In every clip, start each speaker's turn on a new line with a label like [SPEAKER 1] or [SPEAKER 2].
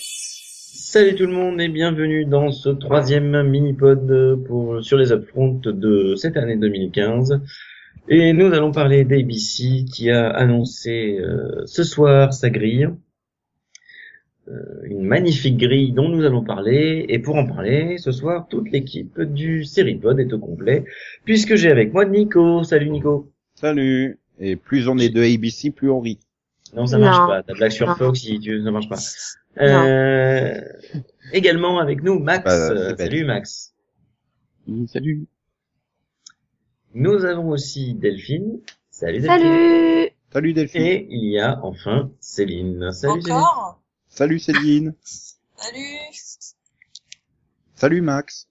[SPEAKER 1] Salut tout le monde et bienvenue dans ce troisième mini-pod pour, sur les upfronts de cette année 2015. Et nous allons parler d'ABC qui a annoncé euh, ce soir sa grille. Euh, une magnifique grille dont nous allons parler. Et pour en parler, ce soir, toute l'équipe du Seripod est au complet puisque j'ai avec moi Nico. Salut Nico.
[SPEAKER 2] Salut. Et plus on est de ABC, plus on rit.
[SPEAKER 1] Non, ça marche pas. Ta blague sur Fox, si tu, ça marche pas. Euh, également avec nous, Max.
[SPEAKER 2] Bah, c'est
[SPEAKER 1] Euh,
[SPEAKER 2] pas
[SPEAKER 1] salut, Max.
[SPEAKER 2] Mmh, Salut.
[SPEAKER 1] Nous avons aussi Delphine. Salut, Delphine.
[SPEAKER 3] Salut
[SPEAKER 2] Salut Delphine.
[SPEAKER 1] Et il y a enfin Céline. Salut, Céline.
[SPEAKER 4] Encore
[SPEAKER 2] Salut Céline.
[SPEAKER 4] Salut
[SPEAKER 2] Salut Max.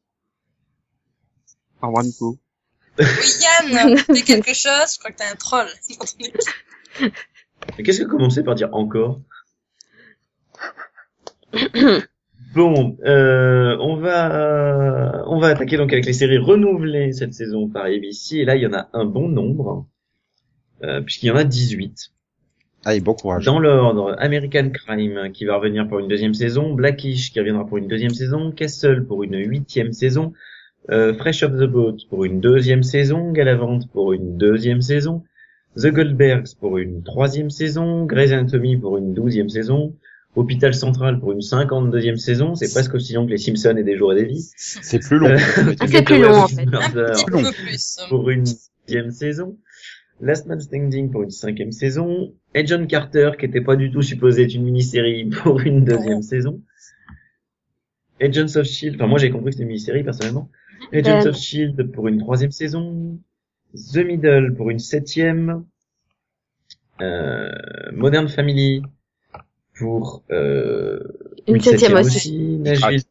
[SPEAKER 5] Au revoir Nico.
[SPEAKER 4] Oui, Yann, fais quelque chose, je crois que t'es un troll.
[SPEAKER 1] Mais qu'est-ce que commencer par dire encore Bon, euh, on va euh, on va attaquer donc avec les séries renouvelées cette saison par ABC et là il y en a un bon nombre euh, puisqu'il y en a 18.
[SPEAKER 2] Allez, bon courage.
[SPEAKER 1] Dans l'ordre, American Crime qui va revenir pour une deuxième saison, Blackish qui reviendra pour une deuxième saison, Castle pour une huitième saison, euh, Fresh of the Boat pour une deuxième saison, Galavant pour une deuxième saison, The Goldbergs pour une troisième saison, Grey's Anatomy pour une douzième saison, Hôpital Central pour une cinquante-deuxième saison, c'est presque aussi long que les Simpsons et des jours et des vies.
[SPEAKER 2] C'est plus long.
[SPEAKER 1] Euh,
[SPEAKER 3] Ah, c'est plus long, en fait.
[SPEAKER 4] Un
[SPEAKER 1] Murder
[SPEAKER 4] petit peu plus.
[SPEAKER 1] pour une dixième saison, Last Man Standing pour une cinquième saison, et John Carter, qui était pas du tout supposé être une mini-série, pour une deuxième saison, et John of Shield, E enfin moi j'ai compris que c'était une mini-série personnellement, et John
[SPEAKER 3] Ben.
[SPEAKER 1] of Shield E pour une troisième saison, The Middle pour une septième, euh, Modern Family pour euh,
[SPEAKER 3] Une septième aussi.
[SPEAKER 1] Nashville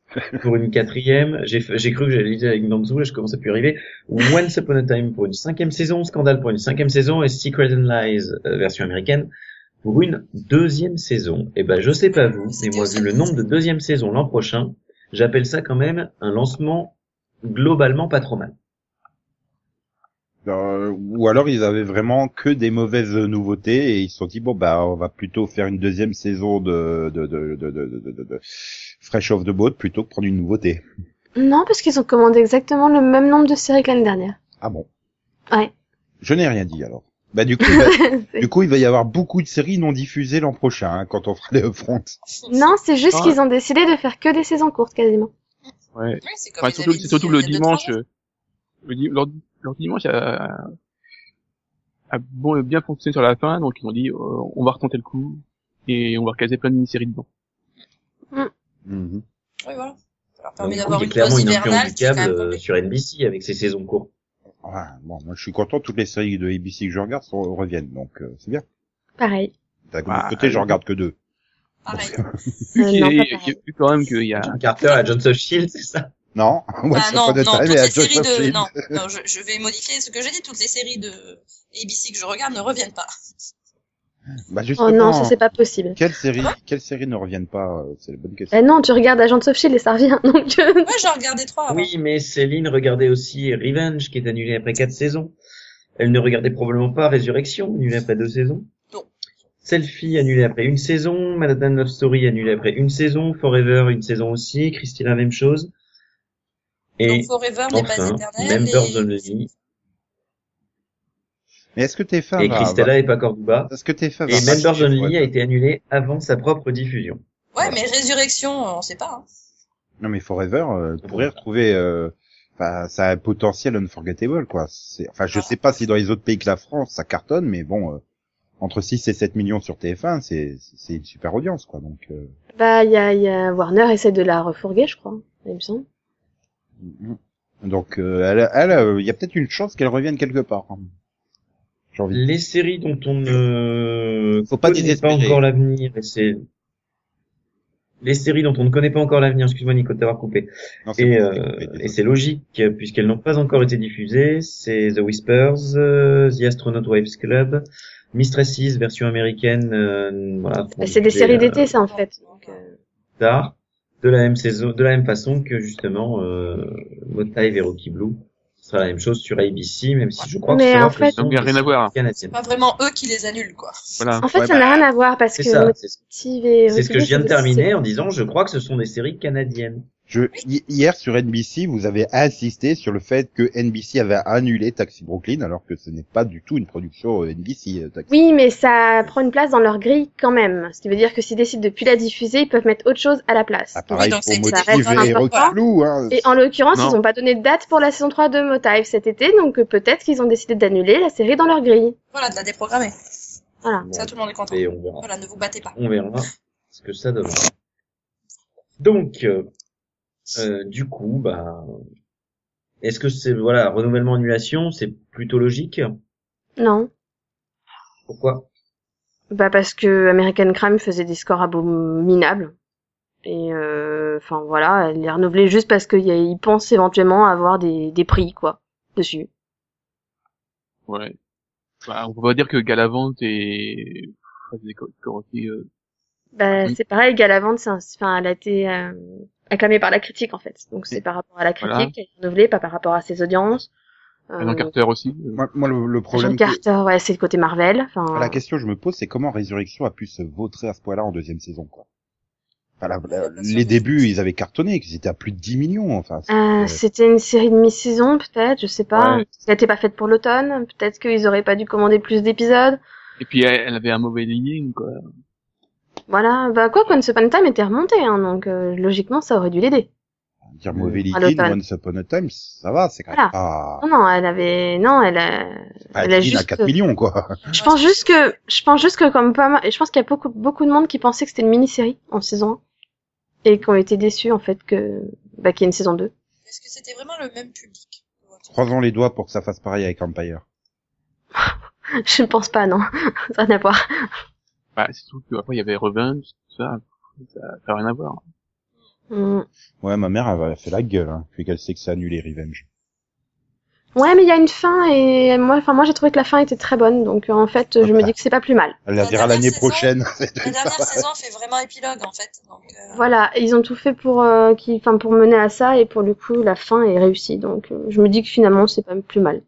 [SPEAKER 1] pour une quatrième. J'ai f- j'ai cru que j'allais dire avec une dessous, là je commence à plus y arriver. Once Upon a Time pour une cinquième saison, Scandale pour une cinquième saison et Secret and Lies euh, version américaine pour une deuxième saison. Et ben je sais pas vous, mais moi vu le nombre de deuxième saison l'an prochain, j'appelle ça quand même un lancement globalement pas trop mal.
[SPEAKER 2] Euh, ou alors ils avaient vraiment que des mauvaises nouveautés et ils se sont dit bon bah on va plutôt faire une deuxième saison de de de de de, de, de- de Fresh off the boat plutôt que prendre une nouveauté.
[SPEAKER 3] Non, parce qu'ils ont commandé exactement le même nombre de séries que l'année dernière.
[SPEAKER 2] Ah bon.
[SPEAKER 3] Ouais.
[SPEAKER 2] Je n'ai rien dit alors. Bah du coup bah, du coup il va y avoir beaucoup de séries non diffusées l'an prochain hein, quand on fera les upfronts.
[SPEAKER 3] non, c'est juste
[SPEAKER 5] Ah.
[SPEAKER 3] qu'ils ont décidé de faire que des saisons courtes, quasiment.
[SPEAKER 5] Ouais.
[SPEAKER 4] Oui, c'est comme
[SPEAKER 5] Enfin,
[SPEAKER 4] ils
[SPEAKER 5] surtout,
[SPEAKER 4] avaient
[SPEAKER 5] c'est
[SPEAKER 4] dit
[SPEAKER 5] surtout
[SPEAKER 4] il y a
[SPEAKER 5] le
[SPEAKER 4] deux,
[SPEAKER 5] dimanche.
[SPEAKER 4] trois ans.
[SPEAKER 5] euh, Le, di- leur, leur dimanche a, a bon, bien fonctionné sur la fin, donc ils ont dit euh, on va retenter le coup et on va recaser plein de mini-séries dedans.
[SPEAKER 2] Mhm.
[SPEAKER 4] Oui, voilà. Ça leur
[SPEAKER 1] Donc, du
[SPEAKER 4] permet d'avoir
[SPEAKER 1] coup, il y a
[SPEAKER 4] une
[SPEAKER 1] euh, clairement une influence
[SPEAKER 4] pause hivernale
[SPEAKER 1] du
[SPEAKER 4] qui est quand
[SPEAKER 1] câble
[SPEAKER 4] même
[SPEAKER 1] euh,
[SPEAKER 4] complète.
[SPEAKER 1] sur NBC avec ses saisons courtes.
[SPEAKER 2] Ah, bon moi je suis content toutes les séries de ABC que je regarde sont- reviennent donc euh, c'est bien.
[SPEAKER 3] Pareil.
[SPEAKER 2] D'un
[SPEAKER 5] Bah,
[SPEAKER 2] côté je
[SPEAKER 5] euh,
[SPEAKER 2] regarde que deux.
[SPEAKER 4] Pareil.
[SPEAKER 3] Euh,
[SPEAKER 5] Vu qu'il
[SPEAKER 3] non, pas
[SPEAKER 5] y a-
[SPEAKER 3] pareil.
[SPEAKER 5] qu'il y a vu quand même qu'il y a
[SPEAKER 1] John Carter à John of Shield, c'est ça
[SPEAKER 2] Non, moi
[SPEAKER 4] Ah
[SPEAKER 2] je
[SPEAKER 4] non,
[SPEAKER 2] connais
[SPEAKER 4] non,
[SPEAKER 2] pas,
[SPEAKER 4] toutes
[SPEAKER 2] mais à
[SPEAKER 4] les
[SPEAKER 2] Joseph
[SPEAKER 4] séries de...
[SPEAKER 2] Lin.
[SPEAKER 4] Non,
[SPEAKER 1] euh,
[SPEAKER 4] non je, je vais modifier ce que j'ai dit. Toutes les séries de ABC que je regarde ne reviennent pas.
[SPEAKER 2] Bah
[SPEAKER 3] Oh
[SPEAKER 2] justement,
[SPEAKER 3] non, ça c'est pas possible.
[SPEAKER 2] quelle série, quelle série ne reviennent pas euh, C'est la bonne question.
[SPEAKER 3] Eh non, tu regardes Agent of Shield E et ça revient, donc... euh,
[SPEAKER 4] Moi, j'en regardais trois avant.
[SPEAKER 1] Oui, mais Céline regardait aussi Revenge, qui est annulée après quatre saisons. Elle ne regardait probablement pas Résurrection, annulée après deux saisons.
[SPEAKER 4] Non.
[SPEAKER 1] Selfie, annulée après une saison. Manhattan Love Story, annulée après une saison. Forever, une saison aussi. Christina, même chose. Et
[SPEAKER 4] Donc, Forever n'est pas
[SPEAKER 1] enfin,
[SPEAKER 4] éternel.
[SPEAKER 1] Members
[SPEAKER 4] et-
[SPEAKER 1] Only.
[SPEAKER 2] Mais est-ce que TF1
[SPEAKER 1] Et
[SPEAKER 2] va-
[SPEAKER 1] Christella et pas Corduba.
[SPEAKER 2] va- Est-ce que TF1
[SPEAKER 1] Et
[SPEAKER 2] va
[SPEAKER 1] Members
[SPEAKER 2] afficher-
[SPEAKER 1] Only a
[SPEAKER 2] Ouais.
[SPEAKER 1] été annulée avant sa propre diffusion.
[SPEAKER 4] Ouais, mais Résurrection, on sait pas. hein.
[SPEAKER 2] Non mais Forever euh, pourrait retrouver, euh, enfin, ça a un potentiel unforgettable quoi. C'est- Enfin, je sais pas si dans les autres pays que la France ça cartonne, mais bon, euh, entre 6 et 7 millions sur TF1, c'est c'est une super audience quoi. Donc, euh,
[SPEAKER 3] bah, il y a, il y a Warner essaie de la refourguer, je crois, il me semble.
[SPEAKER 2] mhm. donc, euh, elle, elle, euh, il y a peut-être une chance qu'elle revienne quelque part. hein. J'ai envie. de-
[SPEAKER 1] Les séries dont on ne
[SPEAKER 2] Faut pas
[SPEAKER 1] connaît
[SPEAKER 2] désespérer.
[SPEAKER 1] encore l'avenir, et c'est les séries dont on ne connaît pas encore l'avenir. Excuse-moi Nico de t'avoir coupé.
[SPEAKER 2] Non, c'est
[SPEAKER 1] Et,
[SPEAKER 2] bon,
[SPEAKER 1] euh,
[SPEAKER 2] c'est coupé,
[SPEAKER 1] et c'est logique, puisqu'elles n'ont pas encore été diffusées. C'est The Whispers, euh, The Astronaut Wives Club, Mistresses, version américaine. euh, voilà,
[SPEAKER 3] Bah, c'est des
[SPEAKER 1] diffusées,
[SPEAKER 3] séries
[SPEAKER 1] euh,
[SPEAKER 3] d'été, ça, en fait. Donc, euh,
[SPEAKER 1] tard, de la même saison, de la même façon que justement euh, Motive et Rocky Blue. Ce sera la même chose sur ABC, même si je crois
[SPEAKER 3] Mais
[SPEAKER 1] que
[SPEAKER 3] en fait-
[SPEAKER 5] Donc, il y a rien à voir.
[SPEAKER 4] C'est pas vraiment eux qui les annulent, quoi.
[SPEAKER 5] Voilà.
[SPEAKER 3] En fait,
[SPEAKER 2] Ouais,
[SPEAKER 3] ça n'a rien à voir parce
[SPEAKER 1] bah, C'est
[SPEAKER 3] que
[SPEAKER 1] ça, c'est
[SPEAKER 3] Motive et
[SPEAKER 1] c'est ce que
[SPEAKER 3] Retiré,
[SPEAKER 1] je viens de
[SPEAKER 3] des
[SPEAKER 1] terminer
[SPEAKER 3] séries-
[SPEAKER 1] en disant, je crois que ce sont des séries canadiennes.
[SPEAKER 2] Je, hi- hier sur NBC, vous avez insisté sur le fait que NBC avait annulé Taxi Brooklyn, alors que ce n'est pas du tout une production euh, NBC. euh, Taxi.
[SPEAKER 3] Oui, mais ça prend une place dans leur grille quand même. Ce qui veut dire que s'ils décident de plus la diffuser, ils peuvent mettre autre chose à la place.
[SPEAKER 2] Ah, pareil
[SPEAKER 4] Oui, donc
[SPEAKER 2] pour
[SPEAKER 4] c'est-
[SPEAKER 3] ça reste
[SPEAKER 2] Motive
[SPEAKER 3] un
[SPEAKER 2] et
[SPEAKER 3] rapport.
[SPEAKER 2] Rocky Blue, hein.
[SPEAKER 3] Et en l'occurrence,
[SPEAKER 5] Non.
[SPEAKER 3] ils n'ont pas donné de date pour la saison 3 de Motive cet été, donc euh, peut-être qu'ils ont décidé d'annuler la série dans leur grille.
[SPEAKER 4] Voilà, de la déprogrammer.
[SPEAKER 3] Voilà.
[SPEAKER 1] Bon,
[SPEAKER 4] Ah,
[SPEAKER 1] euh,
[SPEAKER 4] Ça, tout le monde est content.
[SPEAKER 1] et on verra,
[SPEAKER 4] Voilà, ne vous battez pas.
[SPEAKER 1] on verra ce que ça donnera. Donc, euh, euh, du coup, bah, est-ce que c'est voilà renouvellement annulation, c'est plutôt logique
[SPEAKER 3] Non.
[SPEAKER 1] Pourquoi
[SPEAKER 3] Bah parce que American Crime faisait des scores abominables. Et euh, enfin voilà, elle les renouvelait juste parce qu'ils pensent éventuellement avoir des, des prix, quoi, dessus.
[SPEAKER 5] Ouais. Bah, on peut pas dire que Galavant et faisait co- Corotti, euh,
[SPEAKER 3] Bah
[SPEAKER 5] Oui.
[SPEAKER 3] c'est pareil, Galavant, c'est un- enfin, elle a été euh, acclamée par la critique en fait. Donc c'est
[SPEAKER 2] Oui.
[SPEAKER 3] par rapport à la critique
[SPEAKER 5] Voilà.
[SPEAKER 3] qu'elle est renouvelée, pas par rapport à ses audiences. Euh,
[SPEAKER 5] Alan Carter aussi. euh,
[SPEAKER 2] Moi, moi, le, le
[SPEAKER 3] Agent
[SPEAKER 2] problème, que-
[SPEAKER 3] Carter, ouais, c'est le côté Marvel. Enfin,
[SPEAKER 2] la question que je me pose, c'est comment Résurrection a pu se vautrer à ce point-là en deuxième saison, quoi. Enfin, la- la- les débuts, ils avaient cartonné, ils étaient à plus de 10 millions, enfin. c'est-
[SPEAKER 3] euh,
[SPEAKER 2] euh,
[SPEAKER 3] c'était une série de mi-saison peut-être, je sais pas.
[SPEAKER 5] Ouais.
[SPEAKER 3] Elle n'était pas faite pour l'automne. Peut-être qu'ils auraient pas dû commander plus d'épisodes.
[SPEAKER 5] Et puis, elle, elle avait un mauvais leading, quoi.
[SPEAKER 3] Voilà, bah quoi, Once Upon a Time était remonté, hein, donc euh, logiquement ça aurait dû l'aider.
[SPEAKER 2] dire mauvais
[SPEAKER 3] À
[SPEAKER 2] Leakin,
[SPEAKER 3] l'automne.
[SPEAKER 2] Once Upon a Time, ça va, c'est quand
[SPEAKER 3] Voilà.
[SPEAKER 2] même pas,
[SPEAKER 3] Non, non, elle avait, non, elle a.
[SPEAKER 2] pas
[SPEAKER 3] elle
[SPEAKER 2] Leakin
[SPEAKER 3] a
[SPEAKER 2] à
[SPEAKER 3] juste-
[SPEAKER 2] 4 millions, quoi.
[SPEAKER 3] Je pense juste que, je pense juste que comme pas mal, et je pense qu'il y a beaucoup, beaucoup de monde qui pensait que c'était une mini-série en saison 1 et qui ont été déçus en fait que, bah, qu'il y ait une saison 2.
[SPEAKER 4] Est-ce que c'était vraiment le même public
[SPEAKER 2] Croisons les doigts pour que ça fasse pareil avec Empire.
[SPEAKER 3] je ne pense pas, non, ça n'a rien à voir.
[SPEAKER 5] Bah, c'est tout. Après, il y avait Revenge, tout ça. Ça ça a rien à voir.
[SPEAKER 3] Hum.
[SPEAKER 2] Ouais, ma mère, elle a fait la gueule, hein, puis qu'elle sait que c'est annulé Revenge.
[SPEAKER 3] Ouais, mais il y a une fin et moi, enfin moi j'ai trouvé que la fin était très bonne, donc euh, en fait je me dis que c'est pas plus mal.
[SPEAKER 2] Elle la
[SPEAKER 4] La
[SPEAKER 2] verra
[SPEAKER 4] dernière
[SPEAKER 2] l'année
[SPEAKER 4] saison-
[SPEAKER 2] prochaine.
[SPEAKER 4] La dernière saison fait vraiment épilogue, en fait. Donc, euh,
[SPEAKER 3] Voilà, et ils ont tout fait pour, euh, qui, enfin pour mener à ça et pour le coup la fin est réussie, donc euh, je me dis que finalement c'est pas plus mal.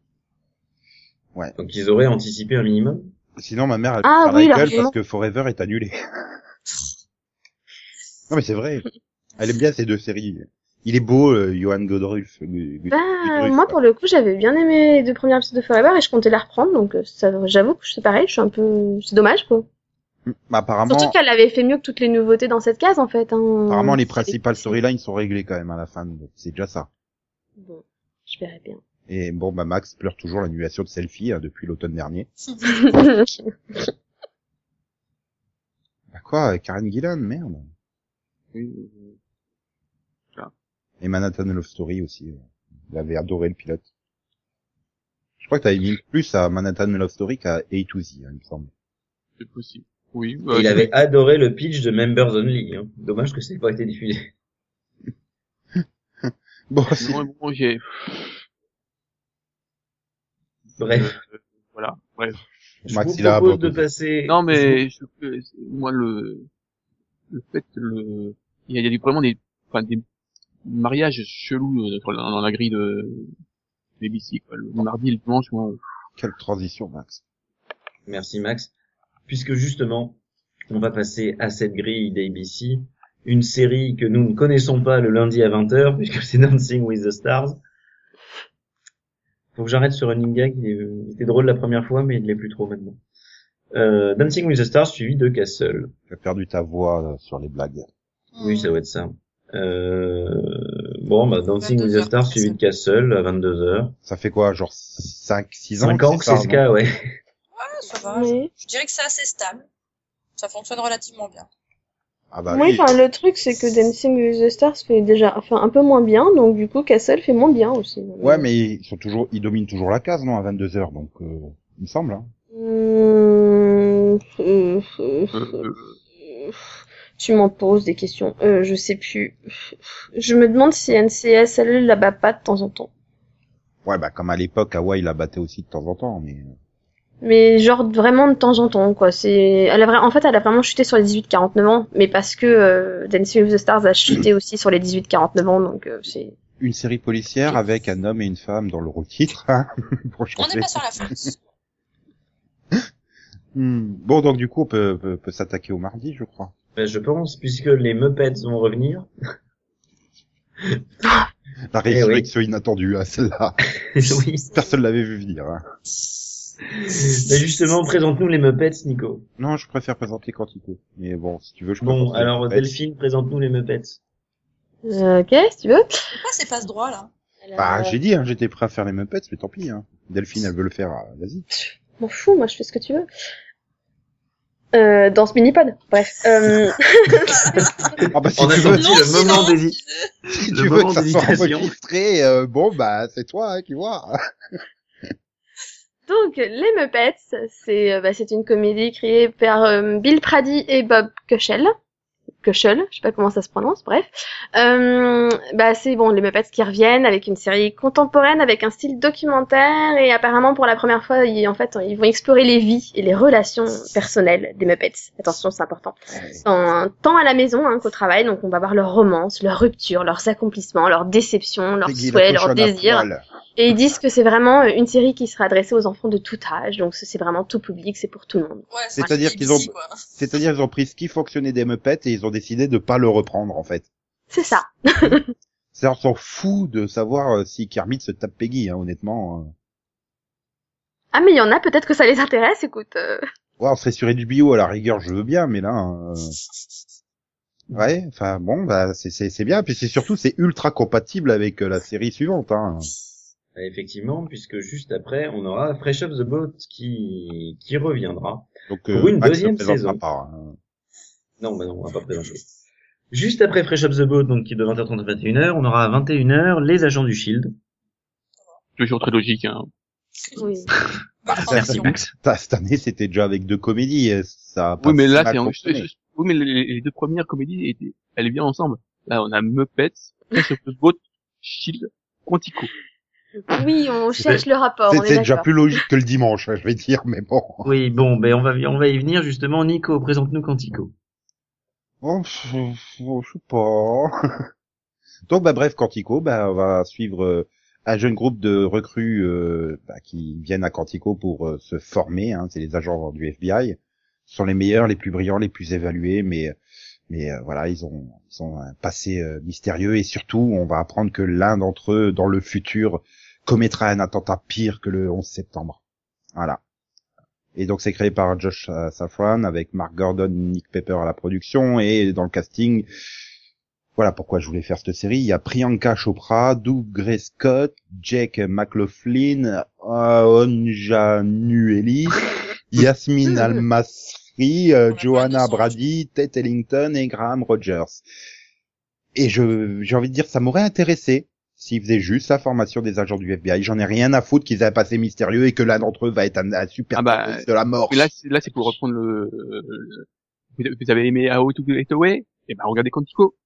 [SPEAKER 1] Donc ils auraient anticipé un minimum.
[SPEAKER 2] Sinon, ma mère, elle
[SPEAKER 3] Ah
[SPEAKER 2] fera
[SPEAKER 3] oui,
[SPEAKER 2] la gueule
[SPEAKER 3] largement.
[SPEAKER 2] parce que Forever est annulé. non, mais c'est vrai. Elle aime bien ces deux séries. Il est beau, euh, Johan Godruf. Gu- Gu-
[SPEAKER 3] Bah,
[SPEAKER 2] Godruf,
[SPEAKER 3] moi,
[SPEAKER 2] quoi.
[SPEAKER 3] pour le coup, j'avais bien aimé les deux premières épisodes de Forever et je comptais la reprendre, donc euh, ça, j'avoue que c'est pareil, je suis un peu... C'est dommage, quoi.
[SPEAKER 2] Mm, bah, apparemment,
[SPEAKER 3] Surtout qu'elle avait fait mieux que toutes les nouveautés dans cette case, en fait. Hein.
[SPEAKER 2] apparemment, les
[SPEAKER 3] C'est-
[SPEAKER 2] principales storylines sont réglées quand même à la fin. donc C'est déjà ça.
[SPEAKER 3] Bon, je verrai bien.
[SPEAKER 2] Et bon, bah, Max pleure toujours l'annulation de Selfie hein, depuis l'automne dernier.
[SPEAKER 4] euh,
[SPEAKER 2] Bah quoi, euh, Karen Gillan, merde.
[SPEAKER 5] Oui, oui.
[SPEAKER 2] Et Manhattan Love Story aussi. euh, Il avait adoré le pilote. Je crois que t'avais mis plus à Manhattan Love Story qu'à A to Z, hein, il me semble.
[SPEAKER 5] c'est possible. Oui.
[SPEAKER 1] Et
[SPEAKER 5] bah,
[SPEAKER 1] il avait adoré le pitch de Members Only. hein. Dommage que ça n'ait pas été diffusé.
[SPEAKER 2] Bon, c'est-
[SPEAKER 5] sinon, bon, j'ai,
[SPEAKER 1] Bref,
[SPEAKER 5] voilà. Bref.
[SPEAKER 1] je
[SPEAKER 2] Max,
[SPEAKER 1] vous
[SPEAKER 2] il a
[SPEAKER 1] propose de
[SPEAKER 2] abandonné.
[SPEAKER 1] passer.
[SPEAKER 5] Non, mais je, euh, moi le le fait que le il y a, il y a du- vraiment des enfin des mariages chelous euh, dans, dans la grille de des BC quoi. Le mardi et le dimanche moi.
[SPEAKER 2] Quelle transition, Max.
[SPEAKER 1] Merci Max. Puisque justement, on va passer à cette grille d'ABC, une série que nous ne connaissons pas le lundi à 20h, puisque c'est Dancing with the Stars. Faut que j'arrête ce running gag, il est- il était drôle la première fois, mais il ne l'est plus trop maintenant. Euh, Dancing with the Stars suivi de Castle.
[SPEAKER 2] Tu as perdu ta voix euh, sur les blagues.
[SPEAKER 1] Oui, ça doit être ça. Euh, bon, bah, Dancing with the
[SPEAKER 4] 22h,
[SPEAKER 1] Stars suivi de Castle à 22h.
[SPEAKER 2] Ça fait quoi, genre 5, 6 ans
[SPEAKER 1] 5 ans
[SPEAKER 2] c'est
[SPEAKER 1] que
[SPEAKER 2] ça,
[SPEAKER 1] c'est ce
[SPEAKER 2] non
[SPEAKER 1] cas, ouais.
[SPEAKER 4] Ah, ça va, je-
[SPEAKER 3] Mais-
[SPEAKER 4] Je dirais que c'est assez stable. Ça fonctionne relativement bien.
[SPEAKER 2] Ah bah
[SPEAKER 3] oui,
[SPEAKER 2] oui.
[SPEAKER 3] enfin, le truc, c'est que Dancing with the Stars fait déjà enfin, un peu moins bien, donc du coup, Castle fait moins bien aussi.
[SPEAKER 2] Ouais, mais ils sont toujours, ils dominent toujours la case, non, à 22 heures, donc, euh, il me semble, hein.
[SPEAKER 3] Mmh. Hum, euh, euh,
[SPEAKER 5] Euh, euh,
[SPEAKER 3] euh, Tu m'en poses des questions. Euh, je sais plus. Je me demande si NCS, elle, la bat pas de temps en temps.
[SPEAKER 2] Ouais, bah comme à l'époque, Hawaï la battait aussi de temps en temps, mais euh,
[SPEAKER 3] Mais genre vraiment de temps en temps, quoi. C'est, elle a vra- en fait, elle a vraiment chuté sur les 18-49 ans, mais parce que euh, Dancing with the Stars a chuté aussi sur les 18-49 ans, donc euh, c'est.
[SPEAKER 2] une série policière avec un homme et une femme dans le rôle titre, hein, pour
[SPEAKER 4] On n'est
[SPEAKER 2] changer.
[SPEAKER 4] pas sur la France.
[SPEAKER 2] Hmm. Bon, donc du coup, on peut, peut, peut s'attaquer au mardi, je crois.
[SPEAKER 1] Ben, je pense, puisque les Muppets vont revenir.
[SPEAKER 2] La
[SPEAKER 1] Eh
[SPEAKER 2] résurrection inattendue, hein, celle-là.
[SPEAKER 1] oui.
[SPEAKER 2] Personne l'avait vu venir. Hein.
[SPEAKER 1] Ben, justement, présente-nous les Muppets, Nico.
[SPEAKER 2] Non, je préfère présenter quantité. Mais bon, si tu veux, je peux
[SPEAKER 1] Bon,
[SPEAKER 2] présenter
[SPEAKER 1] alors
[SPEAKER 2] en fait.
[SPEAKER 1] Delphine, présente-nous les Muppets.
[SPEAKER 3] Euh, ok, si tu veux.
[SPEAKER 4] Pourquoi c'est pas ce droit là
[SPEAKER 2] Bah,
[SPEAKER 3] Euh,
[SPEAKER 2] j'ai dit, hein, j'étais prêt à faire les Muppets, mais tant pis. Hein. Delphine, elle veut le faire. euh, Vas-y.
[SPEAKER 3] M'en fous, moi je fais ce que tu veux. Euh, dans ce mini-pod. Bref. Euh,
[SPEAKER 2] Ah bah, si
[SPEAKER 1] On a
[SPEAKER 2] tu veux,
[SPEAKER 1] sorti le moment d'hési-
[SPEAKER 2] si
[SPEAKER 1] le
[SPEAKER 2] tu veux
[SPEAKER 1] moment
[SPEAKER 2] que ça soit
[SPEAKER 1] d'hésitation.
[SPEAKER 2] enregistré, euh, bon, bah, c'est toi hein, qui vois.
[SPEAKER 3] donc, Les Muppets, c'est euh, bah, c'est une comédie créée par euh, Bill Prady et Bob Cushel. Cushel, je sais pas comment ça se prononce, bref. Euh, bah, c'est bon, Les Muppets qui reviennent avec une série contemporaine, avec un style documentaire, et apparemment pour la première fois, ils, en fait, ils vont explorer les vies et les relations personnelles des Muppets. Attention, c'est important. Tant, tant à la maison hein, qu'au travail, donc on va voir leurs romances, leurs ruptures, leurs accomplissements, leurs déceptions, leurs
[SPEAKER 2] Peggy, la
[SPEAKER 3] souhaits, leurs
[SPEAKER 2] cochonne à
[SPEAKER 3] désirs.
[SPEAKER 2] poil.
[SPEAKER 3] Et ils disent que c'est vraiment euh, une série qui sera adressée aux enfants de tout âge, donc c'est vraiment tout public, c'est pour tout le monde.
[SPEAKER 4] Ouais,
[SPEAKER 2] C'est-à-dire
[SPEAKER 4] un
[SPEAKER 2] qu'ils ont-
[SPEAKER 4] BBC, quoi.
[SPEAKER 2] C'est-à-dire, ils ont pris ce qui fonctionnait des Muppets et ils ont décidé de pas le reprendre, en fait.
[SPEAKER 3] C'est ça.
[SPEAKER 2] C'est-à-dire, on s'en fout de savoir euh, si Kermit se tape Peggy, hein, honnêtement. euh.
[SPEAKER 3] Ah mais il y en a peut-être que ça les intéresse, écoute. euh.
[SPEAKER 2] Ouais, on serait sur du bio à la rigueur, je veux bien, mais là, euh, ouais, enfin bon, bah c'est c'est c'est bien. Puis c'est surtout c'est ultra compatible avec euh, la série suivante. Hein.
[SPEAKER 1] Ah, Effectivement, puisque juste après, on aura Fresh Up the Boat qui, qui reviendra.
[SPEAKER 2] Donc euh,
[SPEAKER 1] Pour une
[SPEAKER 2] Max ne
[SPEAKER 1] deuxième
[SPEAKER 2] présentera
[SPEAKER 1] saison.
[SPEAKER 2] pas, hein.
[SPEAKER 1] Non, bah non, on va pas présenter. Juste après Fresh Up the Boat, donc qui est de 20h30 à 21h, on aura à 21h les agents du Shield.
[SPEAKER 5] Toujours très logique, hein.
[SPEAKER 3] Oui.
[SPEAKER 4] Bonne
[SPEAKER 2] ça,
[SPEAKER 1] Merci
[SPEAKER 4] transition.
[SPEAKER 1] Max.
[SPEAKER 2] Ça, cette année, c'était déjà avec deux comédies. et Ça a Ah, pas
[SPEAKER 5] Oui, mais
[SPEAKER 2] si
[SPEAKER 5] là,
[SPEAKER 2] mal
[SPEAKER 5] c'est en...
[SPEAKER 2] fonctionné.
[SPEAKER 5] Oui, mais les, les deux premières comédies, étaient... elles viennent ensemble. Là, on a Muppets, Fresh Off the Boat, Shield, Quantico.
[SPEAKER 3] Oui, on cherche le rapport, on
[SPEAKER 2] C'est
[SPEAKER 3] est
[SPEAKER 2] c'est déjà
[SPEAKER 3] d'accord.
[SPEAKER 2] plus logique que le dimanche, hein, je vais dire, mais bon.
[SPEAKER 1] Oui, bon, ben on va, on va y venir justement. Nico, présente-nous Quantico.
[SPEAKER 2] Bon, pff, bon, je sais pas. Donc, bah, bref, Quantico, bah, on va suivre euh, un jeune groupe de recrues euh, bah, qui viennent à Quantico pour euh, se former. Hein, c'est les agents du FBI. Ce sont les meilleurs, les plus brillants, les plus évalués, mais mais euh, voilà, ils ont ils ont un passé euh, mystérieux et surtout, on va apprendre que l'un d'entre eux, dans le futur, commettra un attentat pire que le 11 septembre. Voilà. Et donc c'est créé par Josh euh, Safran avec Mark Gordon, Nick Pepper à la production et dans le casting. Voilà pourquoi je voulais faire cette série. Il y a Priyanka Chopra, Doug Gray Scott, Jake McLaughlin, Onja Nueli, Yasmine Almasri, euh,
[SPEAKER 4] On a plein
[SPEAKER 2] Johanna
[SPEAKER 4] de sons.
[SPEAKER 2] Brady, Ted Ellington et Graham Rogers. Et je, j'ai envie de dire, ça m'aurait intéressé s'ils faisaient juste la formation des agents du FBI. J'en ai rien à foutre qu'ils aient un passé mystérieux et que l'un d'entre eux va être un, un super
[SPEAKER 5] Ah bah,
[SPEAKER 2] terroriste de la mort.
[SPEAKER 5] Mais là, c'est- là, c'est pour reprendre le, le- vous- Vous avez aimé How to Get Away Eh ben, regardez Quantico.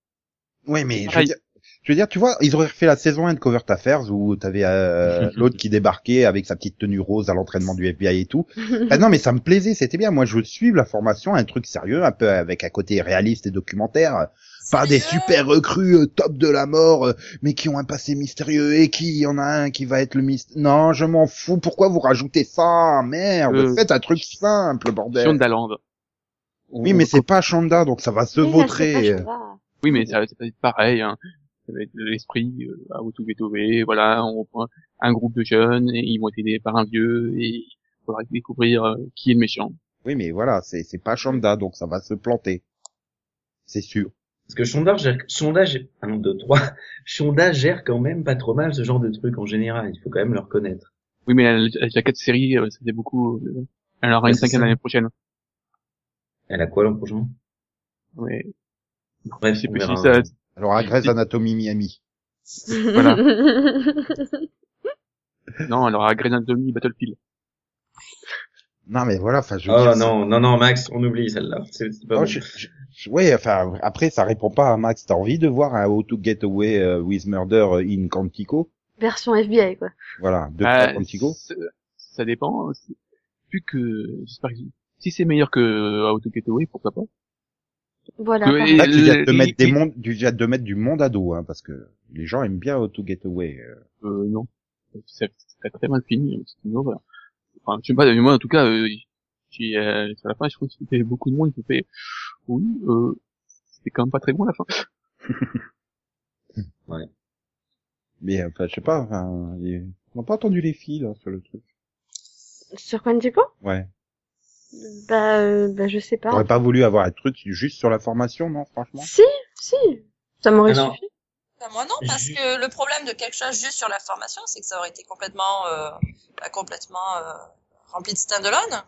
[SPEAKER 2] Ouais, mais je veux,
[SPEAKER 5] pareil.
[SPEAKER 2] dire, je veux dire, tu vois, ils auraient refait la saison 1 de Covert Affairs où t'avais euh, l'autre qui débarquait avec sa petite tenue rose à l'entraînement du FBI et tout. Ah non, mais ça me plaisait, c'était bien. Moi, je veux suivre la formation, un truc sérieux, un peu avec un côté réaliste et documentaire. Pas des
[SPEAKER 4] Sérieux
[SPEAKER 2] super recrues euh, top de la mort, euh, mais qui ont un passé mystérieux et qui il y en a un qui va être le mystère. Non, je m'en fous. Pourquoi vous rajoutez ça Merde,
[SPEAKER 5] Euh,
[SPEAKER 2] faites un truc simple, bordel.
[SPEAKER 5] Shondaland.
[SPEAKER 2] Ben, Oui, mais c'est pas Shonda, donc ça va se
[SPEAKER 3] Mais là, c'est
[SPEAKER 2] vautrer.
[SPEAKER 3] pas Shonda.
[SPEAKER 5] Oui, mais ça, ça va être pareil. Hein. Ça va être l'esprit euh, How to Get Away. Voilà, on prend un groupe de jeunes et ils vont être aidés par un vieux et il faudra découvrir euh, qui est le méchant.
[SPEAKER 2] Oui, mais voilà, c'est c'est pas Shonda, donc ça va se planter. C'est sûr.
[SPEAKER 1] Parce que Shonda gère, Shonda gère- un, deux, trois. Shonda gère quand même pas trop mal ce genre de truc en général. Il faut quand même le reconnaître.
[SPEAKER 5] Oui, mais la, la, la 4 série, euh, ça faisait beaucoup. euh, elle aura
[SPEAKER 1] Ouais,
[SPEAKER 5] une
[SPEAKER 1] c'est
[SPEAKER 5] cinquième
[SPEAKER 1] ça.
[SPEAKER 5] l'année prochaine.
[SPEAKER 1] Elle a quoi l'an prochain?
[SPEAKER 5] Ouais.
[SPEAKER 1] Bref,
[SPEAKER 5] C'est
[SPEAKER 1] on
[SPEAKER 5] plus
[SPEAKER 1] verra.
[SPEAKER 5] si ça,
[SPEAKER 2] Alors, à Grey's Anatomy Miami.
[SPEAKER 5] Voilà. non, elle aura Grey's Anatomy Battlefield.
[SPEAKER 2] Non, mais voilà, enfin,
[SPEAKER 5] Ah,
[SPEAKER 2] je veux
[SPEAKER 1] Oh
[SPEAKER 2] dire,
[SPEAKER 1] non, non, non, Max, on oublie celle-là. C'est c'est pas
[SPEAKER 2] Non,
[SPEAKER 1] bon.
[SPEAKER 2] Oh, je- je- je- ouais, enfin, après, ça répond pas à Max. T'as envie de voir un How to Get Away euh, with Murder in Quantico
[SPEAKER 3] Version FBI, quoi.
[SPEAKER 2] Voilà, de
[SPEAKER 5] Ah,
[SPEAKER 2] Quantico.
[SPEAKER 5] ça- Ça dépend. hein, c'est- Vu que, j'espère que, si c'est meilleur que Autocategory, pourquoi pas.
[SPEAKER 3] Voilà.
[SPEAKER 5] Que-
[SPEAKER 3] par-
[SPEAKER 5] et-
[SPEAKER 2] Là, tu viens de
[SPEAKER 5] le-
[SPEAKER 2] te
[SPEAKER 5] il-
[SPEAKER 2] mettre des
[SPEAKER 5] il-
[SPEAKER 2] mondes, tu viens de te mettre du monde à dos, hein, parce que les gens aiment bien How to Get Away. euh.
[SPEAKER 5] Euh, non. Ça serait très mal fini, c'est une horreur. Enfin, je sais pas, mais moi, en tout cas, euh, j'ai, euh, sur la fin, je trouve qu'il y avait beaucoup de monde qui fait, oui, euh, c'est quand même pas très bon, la fin.
[SPEAKER 2] Mais euh, enfin, je sais pas, enfin, les- on n'a pas entendu les filles là, sur le truc.
[SPEAKER 3] Sur Quantico
[SPEAKER 2] Ouais.
[SPEAKER 3] bah, euh, bah, je sais pas.
[SPEAKER 2] T'aurais pas voulu avoir un truc juste sur la formation, non, franchement
[SPEAKER 3] Si, si. Ça m'aurait
[SPEAKER 1] Ah non.
[SPEAKER 3] suffi.
[SPEAKER 4] Bah, moi non, parce
[SPEAKER 1] Ju-
[SPEAKER 4] que le problème de quelque chose juste sur la formation, c'est que ça aurait été complètement, euh, bah, complètement euh, rempli de stand-alone.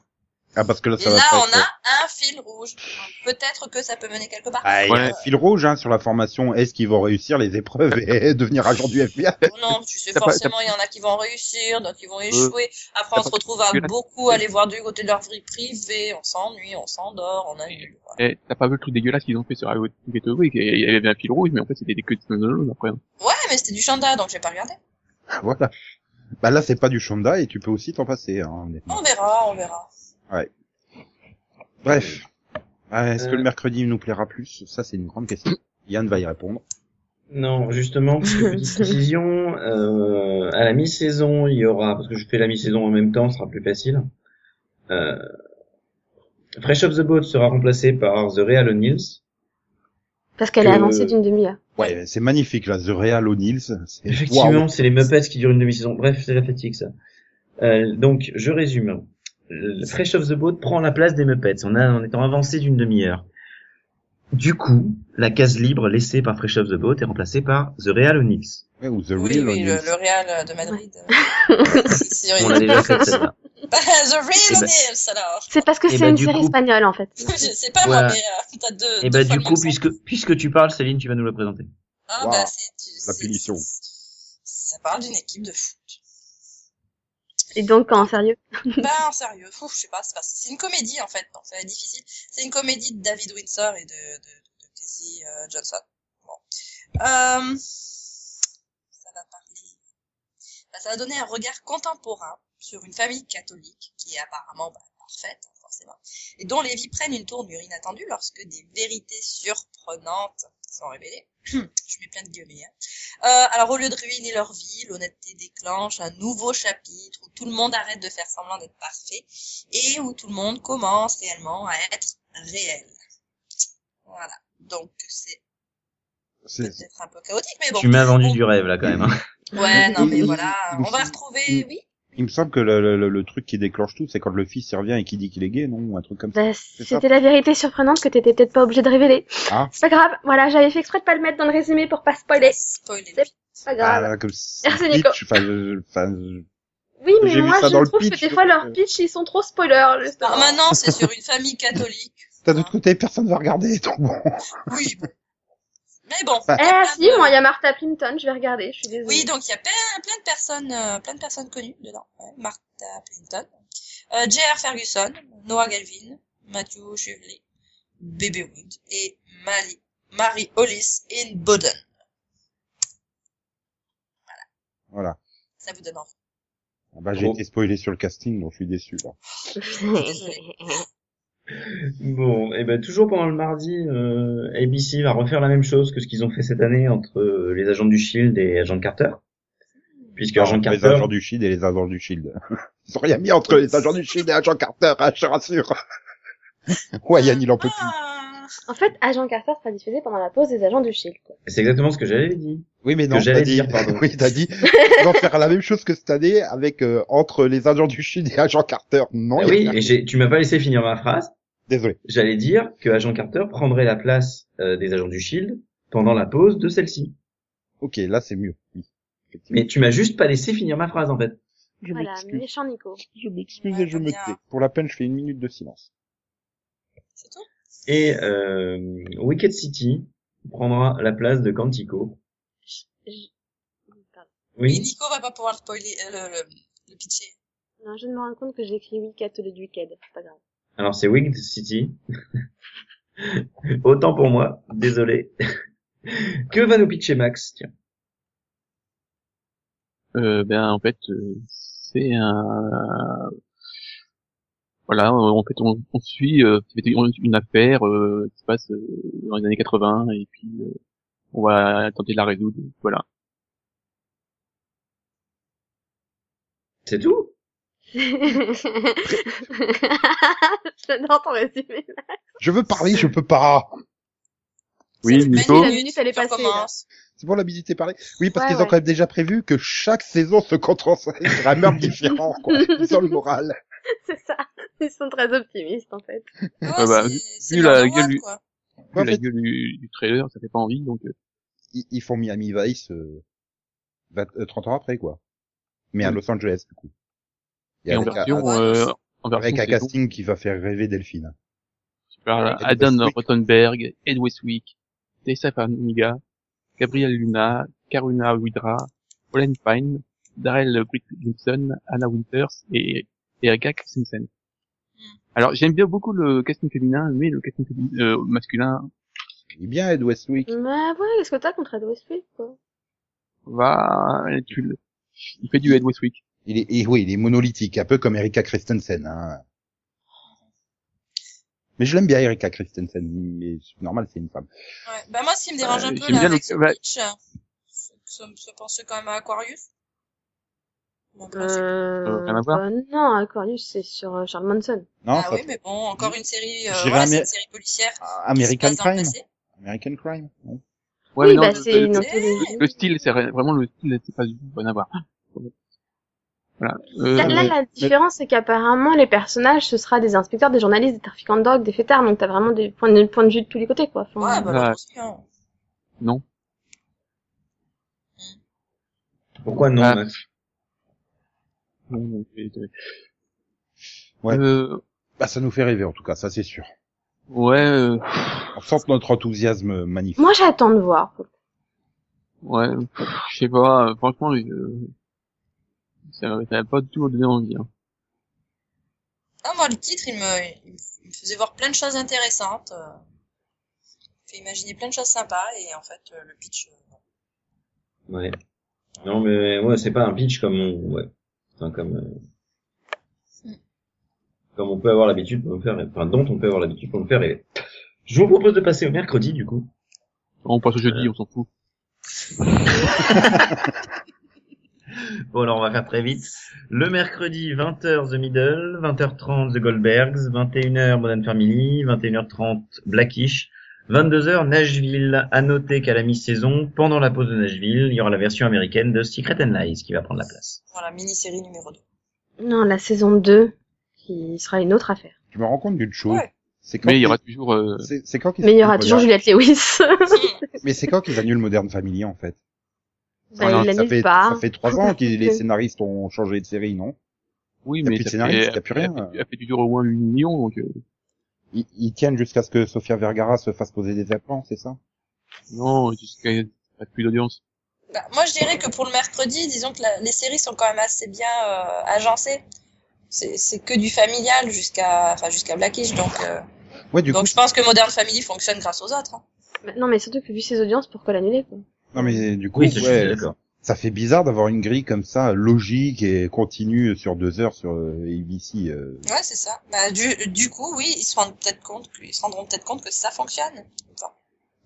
[SPEAKER 2] Ah, parce que là,
[SPEAKER 4] Et
[SPEAKER 2] ça va
[SPEAKER 4] là,
[SPEAKER 2] pas
[SPEAKER 4] on
[SPEAKER 2] être-
[SPEAKER 4] a un fil rouge. Donc, Peut-être que ça peut mener quelque part.
[SPEAKER 2] Ah, il y a
[SPEAKER 5] Ouais.
[SPEAKER 2] un fil rouge hein, sur la formation. Est-ce qu'ils vont réussir les épreuves et devenir agent du FBI
[SPEAKER 4] Bon, Oh Non, tu sais,
[SPEAKER 5] T'as pas-
[SPEAKER 4] forcément, il y en a qui vont réussir, d'autres qui vont échouer. Après,
[SPEAKER 5] T'as
[SPEAKER 4] on se
[SPEAKER 5] pas-
[SPEAKER 4] retrouve à
[SPEAKER 5] que la-
[SPEAKER 4] beaucoup aller voir du côté de leur vie privée. On s'ennuie, on s'endort, on annule. voilà.
[SPEAKER 5] Eh, t'as pas vu le truc dégueulasse qu'ils ont fait sur Autocategory, qu'il y avait un fil rouge, mais en fait, c'était des queues de standalone après. hein.
[SPEAKER 4] Ouais, mais c'était du chanda, donc j'ai pas regardé.
[SPEAKER 2] Voilà. Bah là, c'est pas du Shonda et tu peux aussi t'en passer, hein, honnêtement.
[SPEAKER 4] On verra, on verra.
[SPEAKER 2] Bref. Ah, Est-ce que
[SPEAKER 1] Euh.
[SPEAKER 2] le mercredi nous plaira plus Ça, c'est une grande question. Yann va y répondre.
[SPEAKER 1] Non, justement, parce que petite précision, euh, à la mi-saison, il y aura, parce que je fais la mi-saison en même temps, ce sera plus facile. Euh, Fresh of the Boat sera remplacé par The Real O'Neill's.
[SPEAKER 3] Parce qu'elle est
[SPEAKER 1] Que-
[SPEAKER 3] avancée d'une demi-heure.
[SPEAKER 2] Ouais, c'est magnifique là, The Real O'Neill. c'est-
[SPEAKER 1] Effectivement,
[SPEAKER 2] Waouh.
[SPEAKER 1] c'est les Muppets qui durent une demi-saison. Bref, c'est la fatigue, ça. Euh, donc, je résume. Le Fresh of the Boat prend la place des Muppets en, a- en étant avancé d'une demi-heure. Du coup, la case libre laissée par Fresh of the Boat est remplacée par The Real O'Neill's.
[SPEAKER 2] Ouais, ou The
[SPEAKER 4] Oui,
[SPEAKER 2] Real
[SPEAKER 4] oui, le,
[SPEAKER 2] O'Neill.
[SPEAKER 4] le Real de Madrid. C'est
[SPEAKER 1] On l'a déjà fait celle-là.
[SPEAKER 4] Bah, The Real
[SPEAKER 1] Eh ben-
[SPEAKER 4] O'Neill's, alors.
[SPEAKER 3] C'est parce que
[SPEAKER 1] Eh
[SPEAKER 3] c'est
[SPEAKER 1] ben,
[SPEAKER 3] une
[SPEAKER 1] du
[SPEAKER 3] série
[SPEAKER 1] coup-
[SPEAKER 3] espagnole, en fait.
[SPEAKER 4] Je sais pas,
[SPEAKER 1] Voilà.
[SPEAKER 4] moi, mais euh, t'as deux.
[SPEAKER 1] Et
[SPEAKER 4] deux
[SPEAKER 1] bah
[SPEAKER 4] fois
[SPEAKER 1] du
[SPEAKER 4] le
[SPEAKER 1] coup,
[SPEAKER 4] même sens.
[SPEAKER 1] puisque puisque tu parles, Céline, tu vas nous le présenter.
[SPEAKER 4] Ah,
[SPEAKER 2] Wow.
[SPEAKER 4] bah, c'est, tu-
[SPEAKER 2] La
[SPEAKER 4] c'est-
[SPEAKER 2] punition.
[SPEAKER 4] c'est- Ça parle d'une équipe de foot.
[SPEAKER 3] Et donc, en sérieux
[SPEAKER 4] bah, en sérieux, Ouf, je sais pas, c'est, pas- c'est une comédie en fait, donc ça va être difficile. C'est une comédie de David Windsor et de, de, de Casey euh, Johnson. Bon. Euh, ça va parler. bah, ça va donner un regard contemporain sur une famille catholique qui est apparemment bah, parfaite, hein, forcément, et dont les vies prennent une tournure inattendue lorsque des vérités surprenantes sont révélées. je mets plein de guillemets. hein. Euh, alors au lieu de ruiner leur vie, l'honnêteté déclenche un nouveau chapitre où tout le monde arrête de faire semblant d'être parfait et où tout le monde commence réellement à être réel. Voilà. Donc c'est
[SPEAKER 2] C'est-
[SPEAKER 4] peut-être un peu chaotique, mais bon.
[SPEAKER 1] Tu m'as vendu
[SPEAKER 4] On-
[SPEAKER 1] du rêve là quand même. hein.
[SPEAKER 4] Ouais, non mais
[SPEAKER 2] Il-
[SPEAKER 4] voilà,
[SPEAKER 2] il-
[SPEAKER 4] on va
[SPEAKER 2] il-
[SPEAKER 4] retrouver,
[SPEAKER 2] il-
[SPEAKER 4] oui.
[SPEAKER 2] Il me semble que le, le- le- le truc qui déclenche tout, c'est quand le fils il revient et qui dit qu'il est gay, non Ou un truc comme ça.
[SPEAKER 3] Bah,
[SPEAKER 2] ça.
[SPEAKER 3] C'était la vérité surprenante que t'étais peut-être pas obligé de révéler.
[SPEAKER 2] Ah.
[SPEAKER 3] C'est pas grave, voilà, j'avais fait exprès de pas le mettre dans le résumé pour pas spoiler.
[SPEAKER 4] Spoiler.
[SPEAKER 3] C'est- C'est pas
[SPEAKER 2] Ah,
[SPEAKER 3] grave.
[SPEAKER 2] là, comme si-
[SPEAKER 3] Merci, Nico.
[SPEAKER 2] Enfin, je- enfin, je-
[SPEAKER 3] oui, mais
[SPEAKER 2] j'ai vu
[SPEAKER 3] moi,
[SPEAKER 2] ça
[SPEAKER 3] je
[SPEAKER 2] dans le
[SPEAKER 3] trouve
[SPEAKER 2] pitch,
[SPEAKER 3] que des fois,
[SPEAKER 2] donc, euh,
[SPEAKER 3] leurs pitchs, ils sont trop spoilers, justement. Eh,
[SPEAKER 4] Alors maintenant, c'est sur une famille catholique.
[SPEAKER 2] D'un autre côté, personne va regarder, donc bon.
[SPEAKER 4] Oui, bon. Mais bon.
[SPEAKER 2] Ah.
[SPEAKER 4] il y a
[SPEAKER 3] Eh,
[SPEAKER 4] plein
[SPEAKER 3] si,
[SPEAKER 4] de-
[SPEAKER 3] moi, il y a Martha Plimpton, je vais regarder, je suis désolée.
[SPEAKER 4] Oui, donc il y a plein, plein de personnes, euh, plein de personnes connues dedans. Ouais, Martha Plimpton, euh, J.R. Ferguson, Noah Galvin, Matthew Shively, Bébé Wood et Mali, Mary Hollis in Boden.
[SPEAKER 2] Voilà.
[SPEAKER 4] Ça vous donne envie.
[SPEAKER 2] Ah bah, j'ai
[SPEAKER 1] Gros.
[SPEAKER 2] été spoilé sur le casting, donc je suis déçu. Là.
[SPEAKER 1] Bon, et ben toujours pendant le mardi, euh, ABC va refaire la même chose que ce qu'ils ont fait cette année entre euh, les agents du Shield et agents Carter, puisque agent
[SPEAKER 2] Entre les
[SPEAKER 1] Carter.
[SPEAKER 2] agents du Shield et les agents du Shield. Ils ont rien mis entre les agents du Shield et agent Carter, hein, je te rassure. ouais, Yann, il en peut plus.
[SPEAKER 4] Ah,
[SPEAKER 3] En fait, Agent Carter sera diffusé pendant la pause des Agents du Shield. quoi.
[SPEAKER 1] C'est exactement ce que j'avais dit.
[SPEAKER 2] Oui, mais non,
[SPEAKER 1] Que
[SPEAKER 2] t'as
[SPEAKER 1] j'allais
[SPEAKER 2] dit,
[SPEAKER 1] dire, pardon.
[SPEAKER 2] oui, t'as dit, ils vont faire la même chose que cette année avec, euh, entre les agents du Shield et agent Carter. Non,
[SPEAKER 1] Ah
[SPEAKER 2] il y a
[SPEAKER 1] oui,
[SPEAKER 2] rien.
[SPEAKER 1] et j'ai- tu m'as pas laissé finir ma phrase.
[SPEAKER 2] Désolé.
[SPEAKER 1] J'allais dire que agent Carter prendrait la place euh, des agents du Shield pendant la pause de celle-ci.
[SPEAKER 2] Ok, là, c'est mieux. Oui, effectivement.
[SPEAKER 1] Mais tu m'as juste pas laissé finir ma phrase en fait.
[SPEAKER 2] Je
[SPEAKER 3] Voilà,
[SPEAKER 2] m'excuse,
[SPEAKER 3] méchant Nico.
[SPEAKER 2] je m'excuse
[SPEAKER 4] Ouais,
[SPEAKER 2] et je me
[SPEAKER 4] bien.
[SPEAKER 2] tais. Pour la peine, je fais une minute de silence.
[SPEAKER 4] c'est tout.
[SPEAKER 1] Et euh, Wicked City prendra la place de Quantico.
[SPEAKER 3] Je- je- pardon.
[SPEAKER 4] Et
[SPEAKER 1] Oui.
[SPEAKER 4] Nico va pas pouvoir le spoiler, euh, le, le, le pitcher.
[SPEAKER 3] Non, je viens de me rends compte que j'ai écrit Wicked au lieu de Wicked. C'est pas grave.
[SPEAKER 1] Alors c'est Wicked City. Autant pour moi, désolé. que va nous pitcher Max Tiens.
[SPEAKER 5] Euh, ben en fait euh, c'est un voilà en fait on, on suit euh, une affaire euh, qui se passe euh, dans les années 80 et puis euh, on va tenter de la résoudre voilà
[SPEAKER 1] C'est tout
[SPEAKER 3] J'adore ton résumé.
[SPEAKER 2] Je veux parler, je peux pas.
[SPEAKER 5] Oui,
[SPEAKER 4] Ça fait
[SPEAKER 5] Nico.
[SPEAKER 4] vingt
[SPEAKER 3] La minute, elle est
[SPEAKER 4] tu
[SPEAKER 3] passée,
[SPEAKER 4] recommences.
[SPEAKER 2] C'est bon l'habilité parler. Oui, parce
[SPEAKER 3] Ouais,
[SPEAKER 2] qu'ils ont
[SPEAKER 3] ouais.
[SPEAKER 2] quand même déjà prévu que chaque saison se concentre sur un meurtre différent, quoi. Ils ont le moral.
[SPEAKER 3] C'est ça. Ils sont très optimistes, en fait.
[SPEAKER 4] Ouais,
[SPEAKER 5] Ah bah,
[SPEAKER 4] c'est- c'est
[SPEAKER 5] vu la
[SPEAKER 4] Burger
[SPEAKER 5] gueule
[SPEAKER 4] One,
[SPEAKER 5] du-
[SPEAKER 4] quoi.
[SPEAKER 2] Bah, En
[SPEAKER 5] Vu la
[SPEAKER 2] fait-
[SPEAKER 5] gueule du, du trailer ça fait pas envie donc euh,
[SPEAKER 2] Ils, ils font Miami Vice euh, 20 euh, 30 ans après, quoi. Mais à
[SPEAKER 5] Oui.
[SPEAKER 2] Los Angeles, du coup. Et,
[SPEAKER 5] et en
[SPEAKER 2] avec, un,
[SPEAKER 5] version
[SPEAKER 4] un-
[SPEAKER 5] euh, en version
[SPEAKER 2] avec un
[SPEAKER 5] saison,
[SPEAKER 2] casting qui va faire rêver Delphine.
[SPEAKER 5] tu parles
[SPEAKER 2] avec
[SPEAKER 5] Adam
[SPEAKER 2] Westwick.
[SPEAKER 5] Rottenberg Ed Westwick Tessa Farmiga Gabriel Luna Karuna Widra Olen Pine Darrell Gibson Anna Winters et Erika Christensen
[SPEAKER 3] Hmm.
[SPEAKER 5] alors j'aime bien beaucoup le casting féminin mais le casting féminin- euh, masculin
[SPEAKER 2] Il est bien Ed Westwick.
[SPEAKER 3] Bah ouais, qu'est-ce que t'as contre Ed Westwick, quoi
[SPEAKER 5] va, tu le- il fait du Ed Westwick.
[SPEAKER 2] Il est, et oui, il est monolithique, un peu comme Erika Christensen. Hein. Mais je l'aime bien Erika Christensen, mais c'est normal, c'est une femme.
[SPEAKER 4] Ouais. Bah, moi, ce qui me dérange
[SPEAKER 5] Euh,
[SPEAKER 4] un peu,
[SPEAKER 5] j'aime
[SPEAKER 4] là,
[SPEAKER 5] bien le-
[SPEAKER 4] avec ce
[SPEAKER 5] ouais.
[SPEAKER 4] pitch, euh, c'est que ça me fait penser quand même à Aquarius. Bon, après, c'est-
[SPEAKER 3] Euh,
[SPEAKER 5] rien à voir.
[SPEAKER 3] euh, non, Aquarius, c'est sur euh, Charles Manson.
[SPEAKER 2] Non,
[SPEAKER 4] ah
[SPEAKER 2] ça-
[SPEAKER 4] oui, mais bon, encore une série, euh,
[SPEAKER 2] Hein, J'irai
[SPEAKER 4] voilà,
[SPEAKER 2] à
[SPEAKER 4] c'est
[SPEAKER 2] Mer-
[SPEAKER 4] une série policière. qui
[SPEAKER 2] Ah,
[SPEAKER 4] se
[SPEAKER 2] American
[SPEAKER 4] passe dans le
[SPEAKER 2] Crime.
[SPEAKER 4] passé.
[SPEAKER 2] American Crime. non
[SPEAKER 5] Ouais,
[SPEAKER 3] oui,
[SPEAKER 5] mais non,
[SPEAKER 3] bah
[SPEAKER 5] le-
[SPEAKER 3] c'est
[SPEAKER 5] le,
[SPEAKER 3] dans tous les...
[SPEAKER 5] le style, c'est vrai- vraiment le style, c'est pas du tout bon à voir. Voilà. Euh,
[SPEAKER 3] Là, là,
[SPEAKER 2] mais-
[SPEAKER 3] la différence, c'est qu'apparemment, les personnages, ce sera des inspecteurs, des journalistes, des trafiquants de drogue, des fêtards, donc t'as vraiment des points de, points de vue de tous les côtés, quoi. Enfin,
[SPEAKER 4] Ouais, bah, bah,
[SPEAKER 5] Ouais.
[SPEAKER 4] attention.
[SPEAKER 5] non.
[SPEAKER 1] Pourquoi non
[SPEAKER 5] Ah.
[SPEAKER 1] Max
[SPEAKER 5] non, non, c'est- c'est-
[SPEAKER 2] Ouais.
[SPEAKER 5] Euh,
[SPEAKER 2] Bah, ça nous fait rêver, en tout cas, ça c'est sûr.
[SPEAKER 5] ouais, euh,
[SPEAKER 2] On sent notre enthousiasme magnifique.
[SPEAKER 3] Moi, j'attends de voir.
[SPEAKER 5] ouais, pff, je sais pas, euh, franchement, euh, ça ça m'a pas du tout donné envie. Hein.
[SPEAKER 4] Ah, moi, le titre, il me, il me- il me faisait voir plein de choses intéressantes. euh, Il fait imaginer plein de choses sympas, et en fait, euh, le pitch, euh, non.
[SPEAKER 1] Ouais. Non mais ouais, c'est pas un pitch comme on, ouais. Enfin, comme euh,
[SPEAKER 4] Mm.
[SPEAKER 1] comme on peut avoir l'habitude pour nous faire, enfin dont on peut avoir l'habitude pour nous faire rêver. Je vous propose de passer au mercredi du coup.
[SPEAKER 5] On passe au jeudi, on s'en fout.
[SPEAKER 1] Bon alors on va faire très vite. Le mercredi 20h The Middle, 20h30 The Goldbergs, 21h Modern Family, 21h30 Blackish, 22h Nashville. À noter qu'à la mi-saison, pendant la pause de Nashville, il y aura la version américaine de Secret and Lies qui va prendre la place.
[SPEAKER 4] Voilà, mini-série numéro 2.
[SPEAKER 3] Non, la saison 2, qui sera une autre affaire.
[SPEAKER 2] Je me rends compte d'une chose.
[SPEAKER 4] Ouais.
[SPEAKER 2] C'est quand
[SPEAKER 5] Mais il y
[SPEAKER 2] qu'ils-
[SPEAKER 5] aura toujours, euh,
[SPEAKER 2] c'est- c'est quand qu'ils
[SPEAKER 3] Mais il y aura
[SPEAKER 2] annulent
[SPEAKER 3] toujours
[SPEAKER 2] Modern-
[SPEAKER 3] Juliette Lewis.
[SPEAKER 2] Mais c'est quand qu'ils annulent Modern Family, en fait.
[SPEAKER 3] bah,
[SPEAKER 5] non,
[SPEAKER 3] il
[SPEAKER 2] ça fait,
[SPEAKER 3] l'annule pas.
[SPEAKER 2] ça fait trois ans que les scénaristes ont changé de série, non?
[SPEAKER 5] oui,
[SPEAKER 2] Y a
[SPEAKER 5] mais
[SPEAKER 2] plus de
[SPEAKER 5] ça
[SPEAKER 2] scénariste,
[SPEAKER 5] fait,
[SPEAKER 2] y a plus rien.
[SPEAKER 5] Elle fait, elle fait toujours au moins 8 millions, donc, euh,
[SPEAKER 2] Ils, ils tiennent jusqu'à ce que Sofia Vergara se fasse poser des implants, c'est ça?
[SPEAKER 5] non, jusqu'à pas plus d'audience.
[SPEAKER 4] Bah, moi, je dirais que pour le mercredi, disons que la- les séries sont quand même assez bien euh, agencées. C'est c'est que du familial jusqu'à enfin, jusqu'à Blackish, donc, euh,
[SPEAKER 2] Ouais, du
[SPEAKER 4] donc
[SPEAKER 2] coup,
[SPEAKER 4] je pense que Modern Family fonctionne grâce aux autres. hein.
[SPEAKER 3] Bah, non, mais surtout que vu ses audiences, pourquoi l'annuler, quoi
[SPEAKER 2] non, mais du coup,
[SPEAKER 1] Oui, ça, je suis
[SPEAKER 2] ouais,
[SPEAKER 1] d'accord.
[SPEAKER 2] ça fait bizarre d'avoir une grille comme ça, logique et continue sur deux heures sur euh, ABC. euh.
[SPEAKER 4] Ouais, c'est ça. Bah, du, du coup, oui, ils se rendent peut-être compte, que- ils se rendront peut-être compte que ça fonctionne.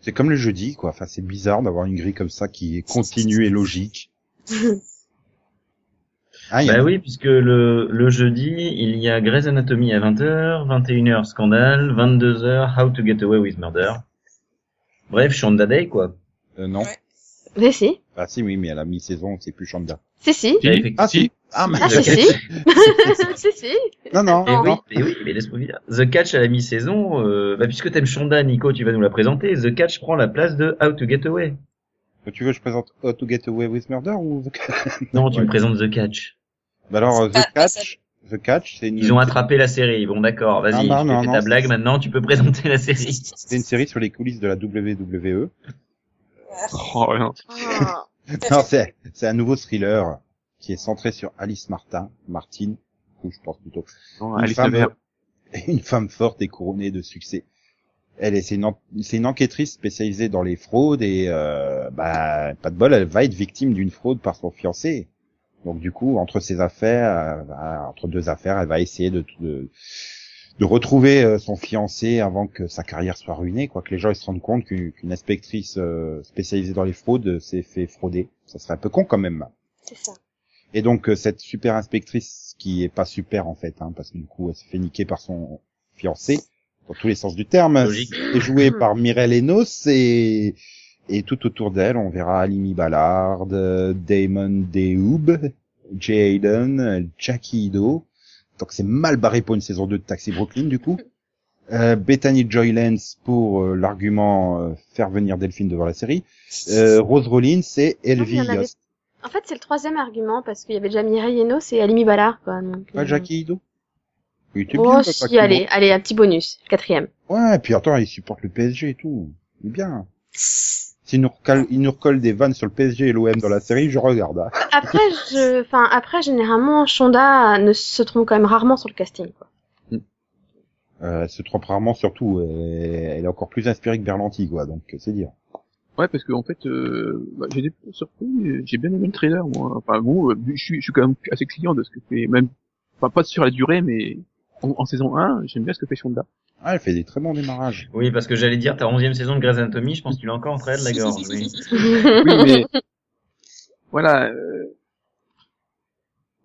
[SPEAKER 2] C'est comme le jeudi, quoi. Enfin, c'est bizarre d'avoir une grille comme ça qui est continue et logique. Ah, il y a-
[SPEAKER 1] Bah oui, puisque le, le jeudi, il y a Grey's Anatomy à 20h, 21h Scandale, 22h How to Get Away with Murder. Bref, Shonda Day, quoi.
[SPEAKER 2] euh, non.
[SPEAKER 4] Ouais.
[SPEAKER 3] Mais si.
[SPEAKER 2] Ah si, oui, mais à la mi-saison, c'est plus Shanda.
[SPEAKER 3] Si, si.
[SPEAKER 1] Et effectivement-
[SPEAKER 2] Ah si. Oh. Ah, mais...
[SPEAKER 3] Ah, si, si. si, si.
[SPEAKER 2] Non, non,
[SPEAKER 1] Et Eh Ah, oui,
[SPEAKER 2] non.
[SPEAKER 1] et oui, mais laisse-moi finir. The Catch à la mi-saison, euh, bah, puisque t'aimes Shonda, Nico, tu vas nous la présenter. The Catch prend la place de How to Get Away.
[SPEAKER 2] Tu veux que je présente How to Get Away with Murder ou The Catch
[SPEAKER 1] Non, tu
[SPEAKER 2] Ouais.
[SPEAKER 1] me présentes The Catch.
[SPEAKER 2] Bah alors, euh,
[SPEAKER 4] Bah,
[SPEAKER 2] The
[SPEAKER 4] bah, ça-
[SPEAKER 2] Catch, The Catch, c'est une...
[SPEAKER 1] Ils ont attrapé la série. Bon, d'accord, vas-y,
[SPEAKER 2] Euh, Ah, Non, non,
[SPEAKER 1] tu
[SPEAKER 2] non,
[SPEAKER 1] fais
[SPEAKER 2] non,
[SPEAKER 1] ta
[SPEAKER 2] c'est-
[SPEAKER 1] blague, maintenant tu peux présenter la série.
[SPEAKER 2] C'est une série sur les coulisses de la E. WWE.
[SPEAKER 4] Ouais.
[SPEAKER 5] Oh, non.
[SPEAKER 3] Ah.
[SPEAKER 2] Non, c'est, c'est un nouveau thriller qui est centré sur Alice Martin, Martine, du coup, je pense plutôt.
[SPEAKER 5] Non,
[SPEAKER 2] Une
[SPEAKER 5] Alice
[SPEAKER 2] femme-
[SPEAKER 5] Nevers.
[SPEAKER 2] une femme forte et couronnée de succès. Elle est, c'est une, en- c'est une enquêtrice spécialisée dans les fraudes et euh, bah pas de bol, elle va être victime d'une fraude par son fiancé. Donc du coup, entre ses affaires, euh, bah, entre deux affaires, elle va essayer de de, de retrouver euh, son fiancé avant que sa carrière soit ruinée, quoi. Que les gens ils se rendent compte qu'une qu'une inspectrice euh, spécialisée dans les fraudes euh, s'est fait frauder. Ça serait un peu con quand même.
[SPEAKER 3] C'est ça.
[SPEAKER 2] Et donc euh, cette super inspectrice qui est pas super en fait, hein, parce que du coup elle se fait niquer par son fiancé dans tous les sens du terme,
[SPEAKER 1] Logique.
[SPEAKER 2] est jouée par Mireille Enos et et tout autour d'elle on verra Alimi Ballard, euh, Damon Dehoub, Jay Hayden, euh, Jackie Ido. Donc c'est mal barré pour une saison 2 de Taxi Brooklyn du coup. Euh, Bethany Joy Lenz pour euh, l'argument euh, faire venir Delphine devant la série. Euh, Rose Rollins et
[SPEAKER 3] il y
[SPEAKER 2] Elvie.
[SPEAKER 3] en avait-
[SPEAKER 2] Yost.
[SPEAKER 3] En fait, c'est le troisième argument parce qu'il y avait déjà Mireille Enos et Alimi Ballard, quoi. Donc,
[SPEAKER 2] Pas
[SPEAKER 3] euh,
[SPEAKER 2] Jackie Ido Il était
[SPEAKER 3] Oh,
[SPEAKER 2] bien, Papa
[SPEAKER 3] si,
[SPEAKER 2] Kibo.
[SPEAKER 3] allez, allez, un petit bonus. Quatrième.
[SPEAKER 2] Ouais, et puis attends, il supporte le PSG et tout. Il est bien. S'il nous, recale- il nous recolle des vannes sur le PSG et l'OM dans la série, je regarde. hein.
[SPEAKER 3] Après, je, enfin, après, généralement, Shonda ne se trompe quand même rarement sur le casting, quoi.
[SPEAKER 2] Euh, elle se trompe rarement surtout. Elle est encore plus inspirée que Berlanti, quoi. Donc, c'est dire.
[SPEAKER 5] Ouais, parce que en fait, euh, bah, j'ai été surpris. euh, J'ai bien aimé le trailer, moi. Enfin bon, euh, je suis, je suis quand même assez client de ce que fait, même, enfin pas sur la durée, mais en, en saison 1, j'aime bien ce que fait Shonda.
[SPEAKER 2] Ah, elle fait des très bons démarrages.
[SPEAKER 1] Oui, parce que j'allais dire, ta onzième saison de Grey's Anatomy, je pense que tu l'as encore en train de la gorge. Oui.
[SPEAKER 5] Oui, mais voilà. euh,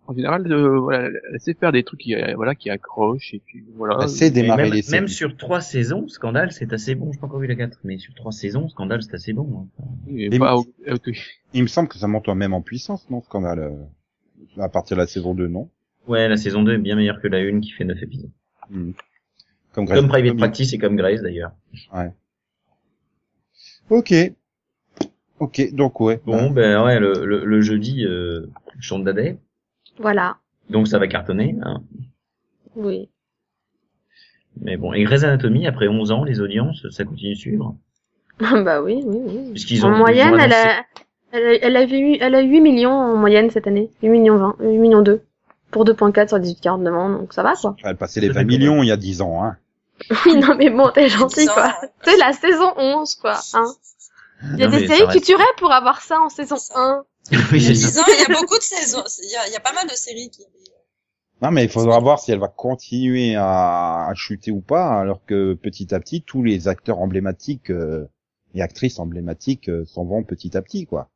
[SPEAKER 5] En général, euh, voilà, elle sait faire des trucs qui, euh, voilà, qui accrochent et puis voilà.
[SPEAKER 2] Elle sait
[SPEAKER 1] Et
[SPEAKER 2] démarrer
[SPEAKER 1] Ah, Même,
[SPEAKER 2] les
[SPEAKER 1] même
[SPEAKER 2] séries.
[SPEAKER 1] sur trois saisons, Scandale, c'est assez bon. Je pas encore vu la 4, mais sur trois saisons, Scandale, c'est assez bon. hein.
[SPEAKER 5] Et
[SPEAKER 2] les-
[SPEAKER 5] pas au- euh, que-
[SPEAKER 2] Il me semble que ça monte même en puissance, non, Scandale euh, À partir de la saison 2, non
[SPEAKER 1] Ouais, la saison 2 est bien meilleure que la 1 qui fait 9 épisodes.
[SPEAKER 2] Hmm. Comme,
[SPEAKER 1] Comme Private
[SPEAKER 2] Anatomy.
[SPEAKER 1] Practice et comme Grey's d'ailleurs.
[SPEAKER 2] Ok. Ok, donc ouais. Hein,
[SPEAKER 1] Bon, ben ouais, le, le, le jeudi, euh, Shonda Day,
[SPEAKER 3] voilà.
[SPEAKER 1] donc ça va cartonner. Hein.
[SPEAKER 3] Oui.
[SPEAKER 1] Mais bon, et Grey's Anatomy, après 11 ans, les audiences, ça continue de suivre.
[SPEAKER 3] bah oui, oui, oui.
[SPEAKER 1] Puisqu'ils
[SPEAKER 3] en
[SPEAKER 1] ont, ils ont
[SPEAKER 3] moyenne, elle
[SPEAKER 1] annoncé-
[SPEAKER 3] a, elle, a- elle avait eu, elle a 8 millions en moyenne cette année. 8 millions 20, 8 millions 2. Pour 2.4 sur 18,49 ans, donc ça va, quoi.
[SPEAKER 2] Elle passait les
[SPEAKER 1] C'est
[SPEAKER 2] 20
[SPEAKER 1] d'accord.
[SPEAKER 2] millions il y a 10 ans, hein.
[SPEAKER 3] Oui, non, mais bon, t'es gentil,
[SPEAKER 4] Bizarre,
[SPEAKER 3] quoi.
[SPEAKER 4] hein.
[SPEAKER 3] C'est la saison 11, quoi, hein. Il y a
[SPEAKER 1] Non,
[SPEAKER 3] des
[SPEAKER 1] mais ça
[SPEAKER 3] séries qui
[SPEAKER 1] reste-
[SPEAKER 3] tueraient pour avoir ça en saison 1.
[SPEAKER 1] Oui, c'est ça.
[SPEAKER 4] Disons, il y a beaucoup de saisons. Il y a, il y a pas mal de séries qui.
[SPEAKER 2] Non, mais il faudra voir si elle va continuer à, à chuter ou pas, alors que petit à petit, tous les acteurs emblématiques euh, et actrices emblématiques euh, s'en vont petit à petit, quoi.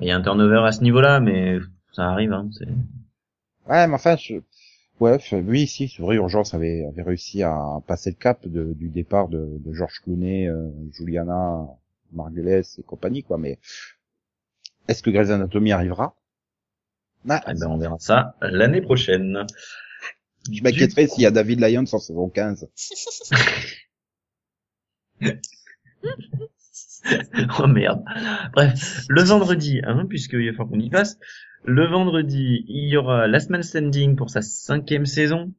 [SPEAKER 1] Il y a un turnover à ce niveau-là, mais ça arrive. Hein, c'est-
[SPEAKER 2] Ouais, mais enfin, je... ouais, f- oui, si, c'est vrai, Urgence avait, avait réussi à passer le cap de- du départ de, de Georges Clooney, euh, Juliana, Margulies et compagnie, quoi. Mais est-ce que Grey's Anatomy arrivera Ah,
[SPEAKER 1] Eh ben, on verra ça l'année prochaine.
[SPEAKER 2] Je m'inquiéterais s'il y a David Lyons en saison 15.
[SPEAKER 1] Oh merde. Bref, le vendredi, hein, puisque il va falloir qu'on y passe. Le vendredi, il y aura Last Man Standing pour sa cinquième saison,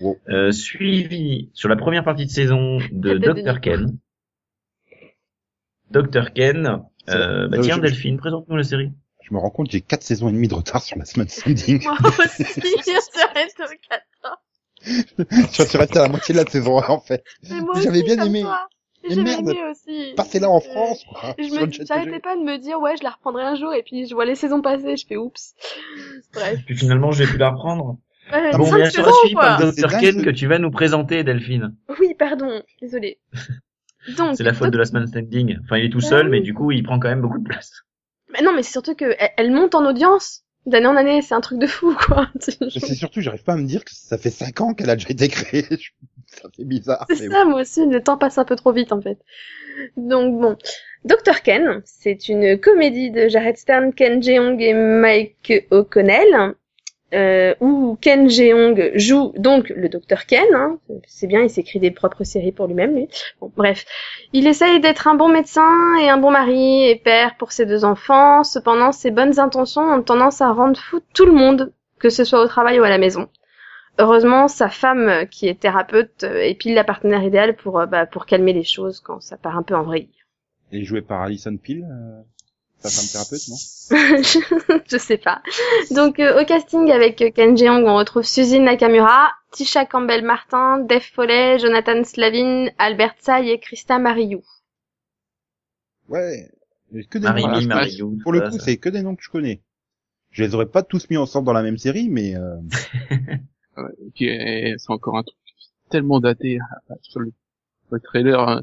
[SPEAKER 2] Wow.
[SPEAKER 1] euh, suivi sur la première partie de saison de
[SPEAKER 3] La tête de
[SPEAKER 1] Dr Ken. Dr Ken. Euh, bah
[SPEAKER 2] Euh,
[SPEAKER 1] tiens
[SPEAKER 2] je-
[SPEAKER 1] Delphine, présente-nous la série.
[SPEAKER 2] Je me rends compte, j'ai 4 saisons et demie de retard sur la semaine standing.
[SPEAKER 3] Moi aussi, je serais sur 4.
[SPEAKER 2] Je suis resté à la moitié de la saison en fait.
[SPEAKER 3] Mais moi
[SPEAKER 2] J'avais
[SPEAKER 3] aussi,
[SPEAKER 2] bien
[SPEAKER 3] comme
[SPEAKER 2] aimé.
[SPEAKER 3] toi.
[SPEAKER 2] Mais
[SPEAKER 3] J'avais
[SPEAKER 2] merde,
[SPEAKER 3] aimé aussi.
[SPEAKER 2] Passer là en
[SPEAKER 3] Euh,
[SPEAKER 2] France, quoi. hein,
[SPEAKER 3] Je
[SPEAKER 2] sur le
[SPEAKER 3] me,
[SPEAKER 2] jet
[SPEAKER 3] j'arrêtais
[SPEAKER 2] privé.
[SPEAKER 3] pas de me dire, ouais, je la reprendrai un jour, et puis je vois les saisons passer, je fais oups. Bref.
[SPEAKER 1] Puis finalement, je vais plus la reprendre.
[SPEAKER 3] Ouais,
[SPEAKER 2] Ah
[SPEAKER 3] cinq
[SPEAKER 2] bon,
[SPEAKER 1] bien sûr,
[SPEAKER 3] saisons,
[SPEAKER 1] suivi
[SPEAKER 3] quoi.
[SPEAKER 1] par
[SPEAKER 2] C'est
[SPEAKER 1] Dr
[SPEAKER 2] dingue,
[SPEAKER 1] Ken
[SPEAKER 2] ce-
[SPEAKER 1] que tu vas nous présenter, Delphine.
[SPEAKER 3] Oui, pardon, désolé. Donc,
[SPEAKER 1] C'est la faute
[SPEAKER 3] Doc-
[SPEAKER 1] de Last Man Standing. Enfin, il est tout
[SPEAKER 3] Ah
[SPEAKER 1] seul,
[SPEAKER 3] oui.
[SPEAKER 1] mais du coup, il prend quand même beaucoup de place.
[SPEAKER 3] Mais non, mais c'est surtout que elle, elle monte en audience d'année en année, c'est un truc de fou, quoi.
[SPEAKER 2] Mais C'est surtout, j'arrive pas à me dire que ça fait 5 ans qu'elle a déjà été créée. Je- Ça fait bizarre. mais
[SPEAKER 3] C'est ça, moi aussi, le temps passe un peu trop vite en fait. Donc bon, Dr Ken, c'est une comédie de Jared Stern, Ken Jeong et Mike O'Connell, euh, où Ken Jeong joue donc le Dr Ken. hein. c'est bien, il s'écrit des propres séries pour lui-même. Lui. Bon, bref, il essaye d'être un bon médecin et un bon mari et père pour ses deux enfants. Cependant, ses bonnes intentions ont tendance à rendre fou tout le monde, que ce soit au travail ou à la maison. Heureusement, sa femme, euh, qui est thérapeute, euh, est pile la partenaire idéale pour, euh, bah, pour calmer les choses quand ça part un peu en vrille.
[SPEAKER 2] Elle est jouée par Alison Peel. euh, ta femme thérapeute, non
[SPEAKER 3] je je sais pas. Donc euh, au casting avec euh, Ken Jeong, on retrouve Suzine Nakamura, Tisha Campbell Martin, Dave Follet, Jonathan Slavin, Albert Tsai et Krista Mariou.
[SPEAKER 2] Ouais. mais Que
[SPEAKER 3] Ah
[SPEAKER 2] des noms.
[SPEAKER 5] Voilà,
[SPEAKER 1] Marie-Mi,
[SPEAKER 5] je
[SPEAKER 1] marie
[SPEAKER 2] Pour le coup, c'est que des noms que je connais. Je les aurais pas tous mis ensemble dans la même série, mais euh,
[SPEAKER 5] Et puis, euh, c'est encore un truc tellement daté euh, sur le, le trailer. hein.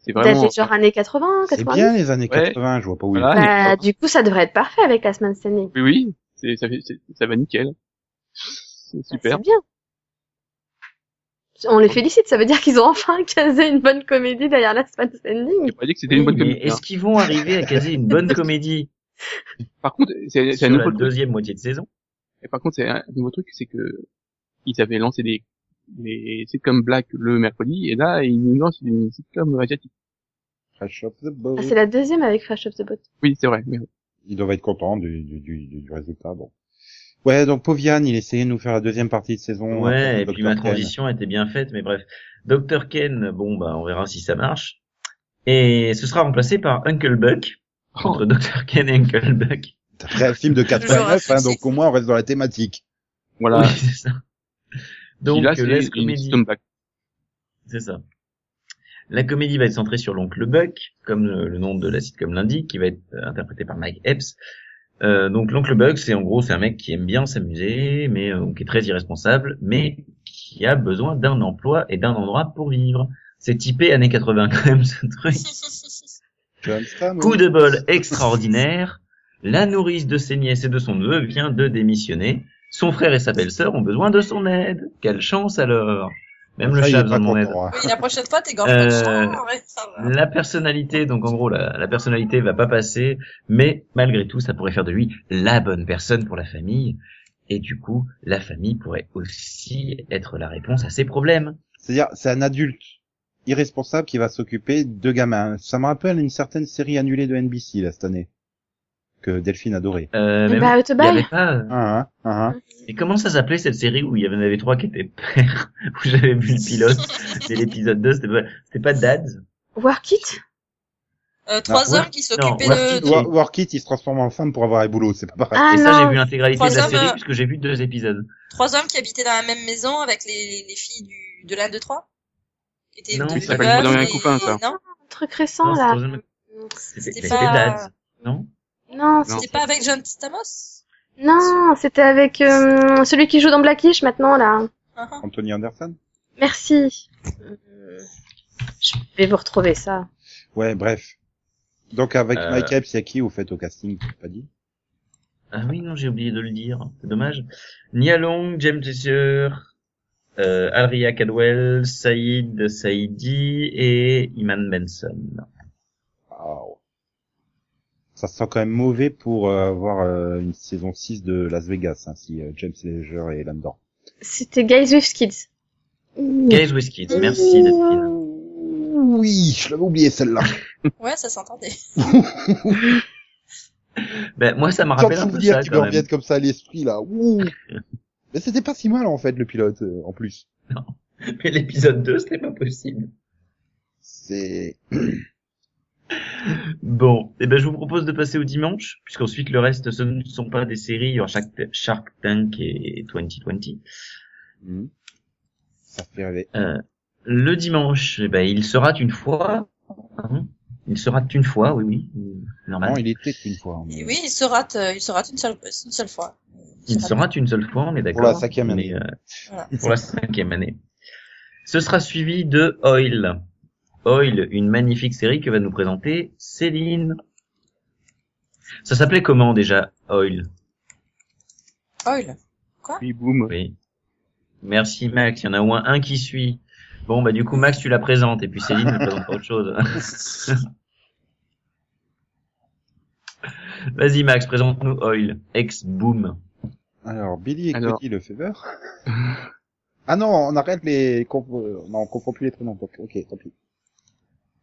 [SPEAKER 5] C'est vraiment.
[SPEAKER 3] Daté genre années 80,
[SPEAKER 2] c'est
[SPEAKER 3] 90.
[SPEAKER 2] bien les années
[SPEAKER 5] Ouais.
[SPEAKER 2] 80. Je vois pas où.
[SPEAKER 5] Voilà.
[SPEAKER 2] ils-
[SPEAKER 3] Bah, du coup, ça devrait être parfait avec la semaine cette année.
[SPEAKER 5] Oui, oui, c'est, ça, fait- c'est- ça va nickel. C'est
[SPEAKER 3] Bah,
[SPEAKER 5] super.
[SPEAKER 3] C'est bien. On les félicite, ça veut dire qu'ils ont enfin casé une bonne comédie derrière la semaine standing.
[SPEAKER 5] J'ai pas dit que c'était une bonne comédie. hein.
[SPEAKER 1] Est-ce qu'ils vont arriver à caser une bonne comédie
[SPEAKER 5] Par contre, c'est, c'est
[SPEAKER 1] sur
[SPEAKER 5] un
[SPEAKER 1] la
[SPEAKER 5] nouveau truc.
[SPEAKER 1] deuxième moitié de saison
[SPEAKER 5] Et par contre, c'est un nouveau truc, c'est que ils avaient lancé des, des sitcoms black le mercredi, et là, ils nous lancent une sitcom asiatique.
[SPEAKER 2] Fresh off the boat.
[SPEAKER 3] Ah, c'est la deuxième avec Fresh of the Boat.
[SPEAKER 5] Oui, c'est vrai. merde.
[SPEAKER 2] Ils doivent être contents du, du, du, du- du résultat. Bon. Ouais, donc Povian, il essayait de nous faire la deuxième partie de saison. hein,
[SPEAKER 1] Ouais,
[SPEAKER 2] après
[SPEAKER 1] et
[SPEAKER 2] Dr.
[SPEAKER 1] puis ma
[SPEAKER 2] Ken.
[SPEAKER 1] transition était bien faite, mais bref. Dr Ken, bon bah on verra si ça marche. Et ce sera remplacé par Uncle Buck,
[SPEAKER 5] Oh.
[SPEAKER 1] entre Dr Ken et Uncle Buck.
[SPEAKER 2] Après un film de
[SPEAKER 4] Toujours un
[SPEAKER 2] 89, hein,
[SPEAKER 4] succès.
[SPEAKER 2] donc au moins on reste dans la thématique.
[SPEAKER 5] Voilà.
[SPEAKER 1] Oui, c'est ça. Donc
[SPEAKER 5] Ah. Puis là,
[SPEAKER 1] euh, la
[SPEAKER 5] c'est une
[SPEAKER 1] comédie,
[SPEAKER 5] sitcom black.
[SPEAKER 1] c'est ça. La comédie va être centrée sur l'oncle Buck, comme euh, le, le nom de la sitcom l'indique, qui va être euh, interprété par Mike Epps. Euh, donc l'oncle Buck, c'est en gros c'est un mec qui aime bien s'amuser, mais euh, qui est très irresponsable, mais qui a besoin d'un emploi et d'un endroit pour vivre. C'est typé années 80 quand même ce truc.
[SPEAKER 2] Johnston, oui.
[SPEAKER 1] Coup de bol extraordinaire, la nourrice de ses nièces et de son neveu vient de démissionner. Son frère et sa belle-sœur ont besoin de son aide. Quelle chance alors Même le
[SPEAKER 2] Ça, il
[SPEAKER 1] chat a
[SPEAKER 2] est
[SPEAKER 1] besoin
[SPEAKER 2] pas
[SPEAKER 1] de mon aide.
[SPEAKER 2] content, hein.
[SPEAKER 4] Oui, la prochaine fois, t'es gorge comme
[SPEAKER 1] Euh,
[SPEAKER 4] ça, ouais, ça va.
[SPEAKER 1] La personnalité, donc en gros, la, la personnalité va pas passer, mais malgré tout, ça pourrait faire de lui la bonne personne pour la famille. Et du coup, la famille pourrait aussi être la réponse à ses problèmes.
[SPEAKER 2] C'est-à-dire, c'est un adulte irresponsable qui va s'occuper de gamins. Ça me rappelle une certaine série annulée de NBC là cette année que Delphine adorait.
[SPEAKER 1] Euh, mais
[SPEAKER 3] Bah,
[SPEAKER 1] il y avait
[SPEAKER 3] Autobahn.
[SPEAKER 1] pas.
[SPEAKER 2] Ah, ah, ah, ah.
[SPEAKER 1] Et comment ça s'appelait cette série où il y en avait trois qui étaient pères, où j'avais vu le pilote, c'est l'épisode 2, c'était pas, c'était pas Dads.
[SPEAKER 3] Work It.
[SPEAKER 4] Euh, trois
[SPEAKER 2] ouais.
[SPEAKER 4] hommes qui s'occupaient
[SPEAKER 1] Non,
[SPEAKER 4] de...
[SPEAKER 1] ouais.
[SPEAKER 4] de-
[SPEAKER 2] War- Warkit, il se transforme en femme pour avoir un boulot, c'est pas pareil.
[SPEAKER 3] Ah
[SPEAKER 1] Et ça, j'ai vu
[SPEAKER 3] non.
[SPEAKER 1] l'intégralité de la
[SPEAKER 4] Trois hommes,
[SPEAKER 1] série
[SPEAKER 4] euh,
[SPEAKER 1] puisque j'ai vu deux épisodes.
[SPEAKER 4] Trois hommes qui habitaient dans la même maison avec les, les filles du, de l'un, deux, trois Qui étaient
[SPEAKER 1] Non,
[SPEAKER 4] devenues
[SPEAKER 1] ça s'appelle
[SPEAKER 4] veuves
[SPEAKER 5] Madame et un
[SPEAKER 4] et-
[SPEAKER 5] copain, ça.
[SPEAKER 4] Non,
[SPEAKER 3] Un truc récent,
[SPEAKER 1] Non,
[SPEAKER 3] là.
[SPEAKER 1] c'était- C'était
[SPEAKER 4] C'était
[SPEAKER 1] c'était
[SPEAKER 4] pas-
[SPEAKER 1] Dads, non?
[SPEAKER 3] Non,
[SPEAKER 5] Non.
[SPEAKER 4] c'était pas avec John Stamos
[SPEAKER 3] non, c'était avec euh, celui qui joue dans Blackish maintenant, là.
[SPEAKER 4] Ah, ah.
[SPEAKER 2] Anthony Anderson.
[SPEAKER 3] Merci. Euh, Je vais vous retrouver ça.
[SPEAKER 2] Ouais, bref. Donc avec
[SPEAKER 1] Euh.
[SPEAKER 2] Mike Epps, il y a qui au fait au casting t'as Pas dit.
[SPEAKER 1] Ah oui, non, j'ai oublié de le dire. C'est dommage. Nia Long, James Fisher, euh, Alria Cadwell, Saïd Saïdi et Iman Benson.
[SPEAKER 2] Waouh. Ça sent quand même mauvais pour euh, avoir euh, une saison 6 de Las Vegas, hein, si euh, James Ledger est là-dedans.
[SPEAKER 3] C'était Guys with Kids.
[SPEAKER 1] Guys with Kids, merci Delphine.
[SPEAKER 2] Oui, je l'avais oublié celle-là.
[SPEAKER 4] Ouais, ça s'entendait.
[SPEAKER 1] Ben, moi, ça me
[SPEAKER 2] Sans
[SPEAKER 1] rappelle un peu
[SPEAKER 2] souvenir
[SPEAKER 1] ça
[SPEAKER 2] qui me
[SPEAKER 1] quand même.
[SPEAKER 2] reviennent comme ça à l'esprit là. Ouh. Mais c'était pas si mal en fait le pilote euh, en plus.
[SPEAKER 1] Mais l'épisode 2, c'était pas possible.
[SPEAKER 2] C'est
[SPEAKER 1] Bon, eh ben je vous propose de passer au dimanche, puisqu'ensuite le reste ce ne sont pas des séries, il y aura Shark, Shark Tank et 2020.
[SPEAKER 2] Hmm. ça fait rêver.
[SPEAKER 1] Euh, le dimanche, eh ben il sera une fois, hein. il sera une fois, oui oui, normal.
[SPEAKER 2] Non, il était une fois. hein, mais-
[SPEAKER 4] Et oui, il se rate, euh, il se rate une seule, une seule fois.
[SPEAKER 1] Il sera une seule fois, on est d'accord.
[SPEAKER 2] la cinquième
[SPEAKER 1] mais,
[SPEAKER 2] année.
[SPEAKER 1] euh,
[SPEAKER 4] Voilà.
[SPEAKER 1] pour la cinquième année. Ce sera suivi de Oil. Oil, une magnifique série que va nous présenter Céline. Ça s'appelait comment déjà Oil
[SPEAKER 4] Oil.
[SPEAKER 5] Puis boum.
[SPEAKER 1] Oui. Merci Max, il y en a au moins un qui suit. Bon bah du coup Max tu la présentes et puis Céline elle présente autre chose. Vas-y Max, présente-nous Oil, ex-boom.
[SPEAKER 2] Alors Billy et
[SPEAKER 5] Alors.
[SPEAKER 2] Cody le Fever. ah non, on arrête les comp- euh, non, on comprend plus les prénoms. donc, Ok, tant pis.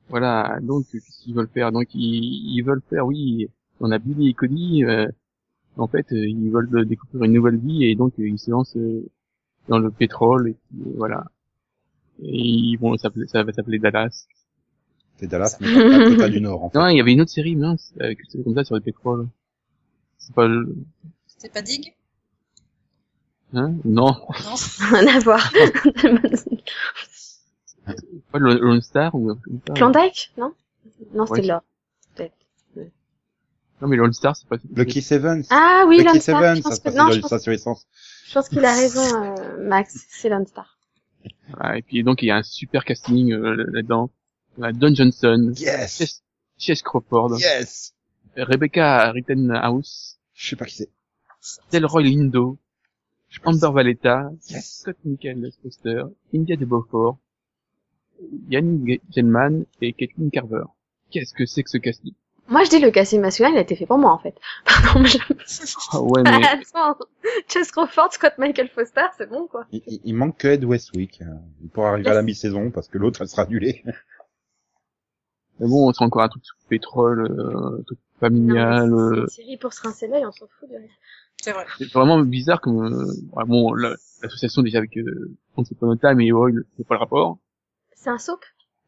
[SPEAKER 5] Voilà, donc qu'est-ce qu'ils veulent faire Donc ils, ils veulent faire, oui, on a Billy et Cody, euh, en fait euh, ils veulent euh, découvrir une nouvelle vie et donc euh, ils se lancent euh, dans le pétrole et puis, euh, voilà. Et ils vont s'appeler, ça va s'appeler Dallas.
[SPEAKER 2] C'est Dallas, mais pas, c'est pas du Nord, en fait.
[SPEAKER 5] Non, il y avait une autre série, mince, avec une série comme ça sur les P3, là. C'est pas le...
[SPEAKER 4] C'était pas digue
[SPEAKER 5] Hein Non,
[SPEAKER 4] Non.
[SPEAKER 3] Rien à voir.
[SPEAKER 5] c'est pas le Lone Star ou un truc comme ça.
[SPEAKER 3] Klondike, non Non,
[SPEAKER 5] Ouais.
[SPEAKER 3] c'est là.
[SPEAKER 5] Non, mais Lone Star, c'est pas...
[SPEAKER 2] Lucky Seven.
[SPEAKER 3] Ah oui,
[SPEAKER 2] Lucky
[SPEAKER 3] Landstar.
[SPEAKER 2] Seven,
[SPEAKER 3] je
[SPEAKER 2] ça
[SPEAKER 3] pense
[SPEAKER 2] se
[SPEAKER 3] que...
[SPEAKER 2] passe
[SPEAKER 3] Non,
[SPEAKER 2] dans
[SPEAKER 3] je
[SPEAKER 2] les
[SPEAKER 3] pense,
[SPEAKER 2] stations essence.
[SPEAKER 3] je pense qu'il a raison, euh, Max. C'est Landstar.
[SPEAKER 5] Ah, et puis donc, il y a un super casting euh, là-dedans. On a Don Johnson,
[SPEAKER 2] Yes!
[SPEAKER 5] Chess, Chess Crawford,
[SPEAKER 2] Yes!
[SPEAKER 5] Rebecca Rittenhouse,
[SPEAKER 2] Je sais pas qui c'est.
[SPEAKER 5] Delroy Lindo,
[SPEAKER 2] Je sais pas qui
[SPEAKER 5] Amber Valletta,
[SPEAKER 2] c'est. Yes!
[SPEAKER 5] Scott Michael Foster, India de Beaufort, Yannick Gelman et Caitlin Carver. Qu'est-ce que c'est que ce casting
[SPEAKER 3] Moi, je dis le casting masculin, il a été fait pour moi, en fait. Pardon, mais je...
[SPEAKER 5] Ah ouais, mais
[SPEAKER 3] Attends. Chess Crawford, Scott Michael Foster, c'est bon, quoi.
[SPEAKER 2] Il, il- il manque que Ed Westwick, hein, pour arriver à la mi-saison, parce que l'autre, elle sera annulée.
[SPEAKER 5] mais bon, on sent encore un truc sous le pétrole, euh, un truc familial.
[SPEAKER 3] Non, mais c'est
[SPEAKER 5] euh,
[SPEAKER 3] une série pour se rincer l'œil, on s'en fout de rien.
[SPEAKER 4] C'est vrai.
[SPEAKER 5] C'est vraiment bizarre comme euh, ouais, bon, la- l'association déjà avec euh, Once Upon a Time et Oil, c'est pas le rapport.
[SPEAKER 3] C'est un soap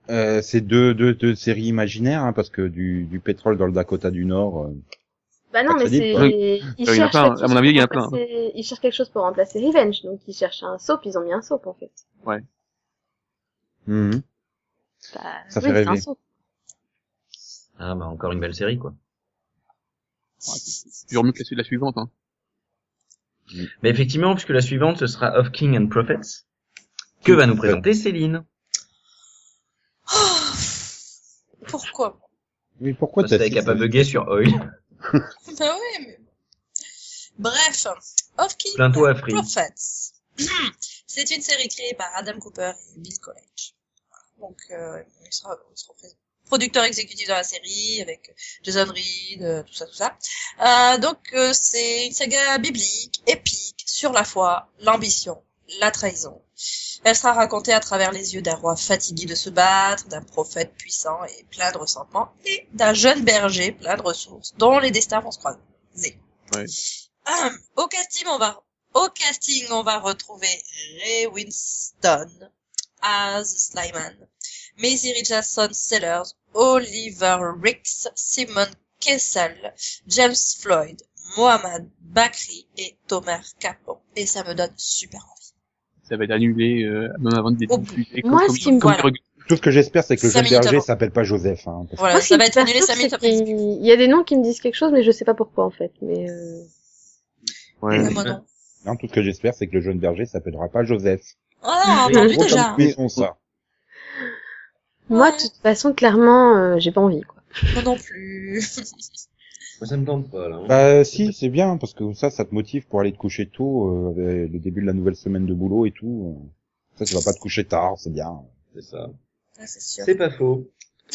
[SPEAKER 2] Euh, c'est deux, deux, deux séries imaginaires, hein, parce que du, du pétrole dans le Dakota du Nord, euh,
[SPEAKER 3] Bah non,
[SPEAKER 5] Ah,
[SPEAKER 2] Pas
[SPEAKER 3] mais
[SPEAKER 2] crédible,
[SPEAKER 3] c'est.
[SPEAKER 2] quoi.
[SPEAKER 3] Ils
[SPEAKER 5] Euh, Il y en a
[SPEAKER 3] cherchent
[SPEAKER 5] plein,
[SPEAKER 3] quelque
[SPEAKER 5] à mon
[SPEAKER 3] chose
[SPEAKER 5] avis, il y en a
[SPEAKER 3] pour
[SPEAKER 5] plein.
[SPEAKER 3] remplacer- Ils cherchent quelque chose pour remplacer Revenge, donc ils cherchent un soap, ils ont mis un soap en fait.
[SPEAKER 2] mhm.
[SPEAKER 3] Bah,
[SPEAKER 2] Ça fait
[SPEAKER 3] oui, c'est un
[SPEAKER 2] rêver.
[SPEAKER 3] soap.
[SPEAKER 1] Ah bah encore une belle série quoi.
[SPEAKER 5] C'est toujours mieux que la, la suivante. Hein.
[SPEAKER 1] Mais effectivement, puisque la suivante ce sera Of King and Prophets, que va nous présenter Céline
[SPEAKER 4] Pourquoi
[SPEAKER 2] Mais pourquoi
[SPEAKER 1] Parce
[SPEAKER 2] t'as
[SPEAKER 1] qu'elle a pas bugué sur Oil.
[SPEAKER 4] Bah oui, mais... Bref, Of King
[SPEAKER 1] Plains-toi, Afri.
[SPEAKER 4] Prophets. C'est une série créée par Adam Cooper et Bill College. Voilà. Donc, euh, ils seront, ils seront pré- producteurs exécutifs dans la série, avec Jason Reed, euh, tout ça, tout ça. Euh, donc, euh, c'est une saga biblique, épique, sur la foi, l'ambition, la trahison. Elle sera racontée à travers les yeux d'un roi fatigué de se battre, d'un prophète puissant et plein de ressentiments, et d'un jeune berger plein de ressources, dont les destins vont se croiser.
[SPEAKER 5] Ouais.
[SPEAKER 4] Hum, Au casting, on va, au casting, on va retrouver Ray Winston, Az Slyman, Maisie Richardson Sellers, Oliver Ricks, Simon Kessel, James Floyd, Mohamed Bakri et Tomer Capon. Et ça me donne super envie.
[SPEAKER 5] Ça va être annulé euh, même avant d'être
[SPEAKER 4] Oh,
[SPEAKER 5] diffusé.
[SPEAKER 3] moi, ce qui me-
[SPEAKER 5] comme
[SPEAKER 4] Voilà.
[SPEAKER 5] Rogue-
[SPEAKER 2] Tout ce que j'espère, c'est que le
[SPEAKER 4] Cinq
[SPEAKER 2] jeune
[SPEAKER 4] minutes
[SPEAKER 2] berger
[SPEAKER 4] avant.
[SPEAKER 2] s'appelle pas Joseph, hein, parce
[SPEAKER 4] Voilà,
[SPEAKER 3] Moi,
[SPEAKER 4] ça
[SPEAKER 3] ce
[SPEAKER 4] va
[SPEAKER 3] qui
[SPEAKER 4] être annulé
[SPEAKER 3] me
[SPEAKER 4] 5
[SPEAKER 3] perturbe,
[SPEAKER 4] minutes
[SPEAKER 3] c'est
[SPEAKER 4] après.
[SPEAKER 3] qu'il- Il y a des noms qui me disent quelque chose, mais je sais pas pourquoi en fait. Mais euh,
[SPEAKER 5] Ouais,
[SPEAKER 4] Ah, Moi non.
[SPEAKER 2] que- hein, tout ce que j'espère, c'est que le jeune berger s'appellera pas Joseph.
[SPEAKER 4] Ah non, on a
[SPEAKER 1] Oui,
[SPEAKER 4] entendu
[SPEAKER 2] Gros comme
[SPEAKER 4] déjà.
[SPEAKER 2] ils sont ça.
[SPEAKER 3] moi,
[SPEAKER 4] Ouais.
[SPEAKER 3] de toute façon, clairement, euh, j'ai pas envie. Quoi.
[SPEAKER 4] Moi non plus.
[SPEAKER 1] Moi, ça me tente pas là. hein.
[SPEAKER 2] Bah si, c'est bien, parce que ça, ça te motive pour aller te coucher tôt, euh, avec le début de la nouvelle semaine de boulot et tout. euh. Ça, tu vas pas te coucher tard, c'est bien.
[SPEAKER 1] C'est ça.
[SPEAKER 4] Ah, c'est sûr.
[SPEAKER 1] C'est pas faux.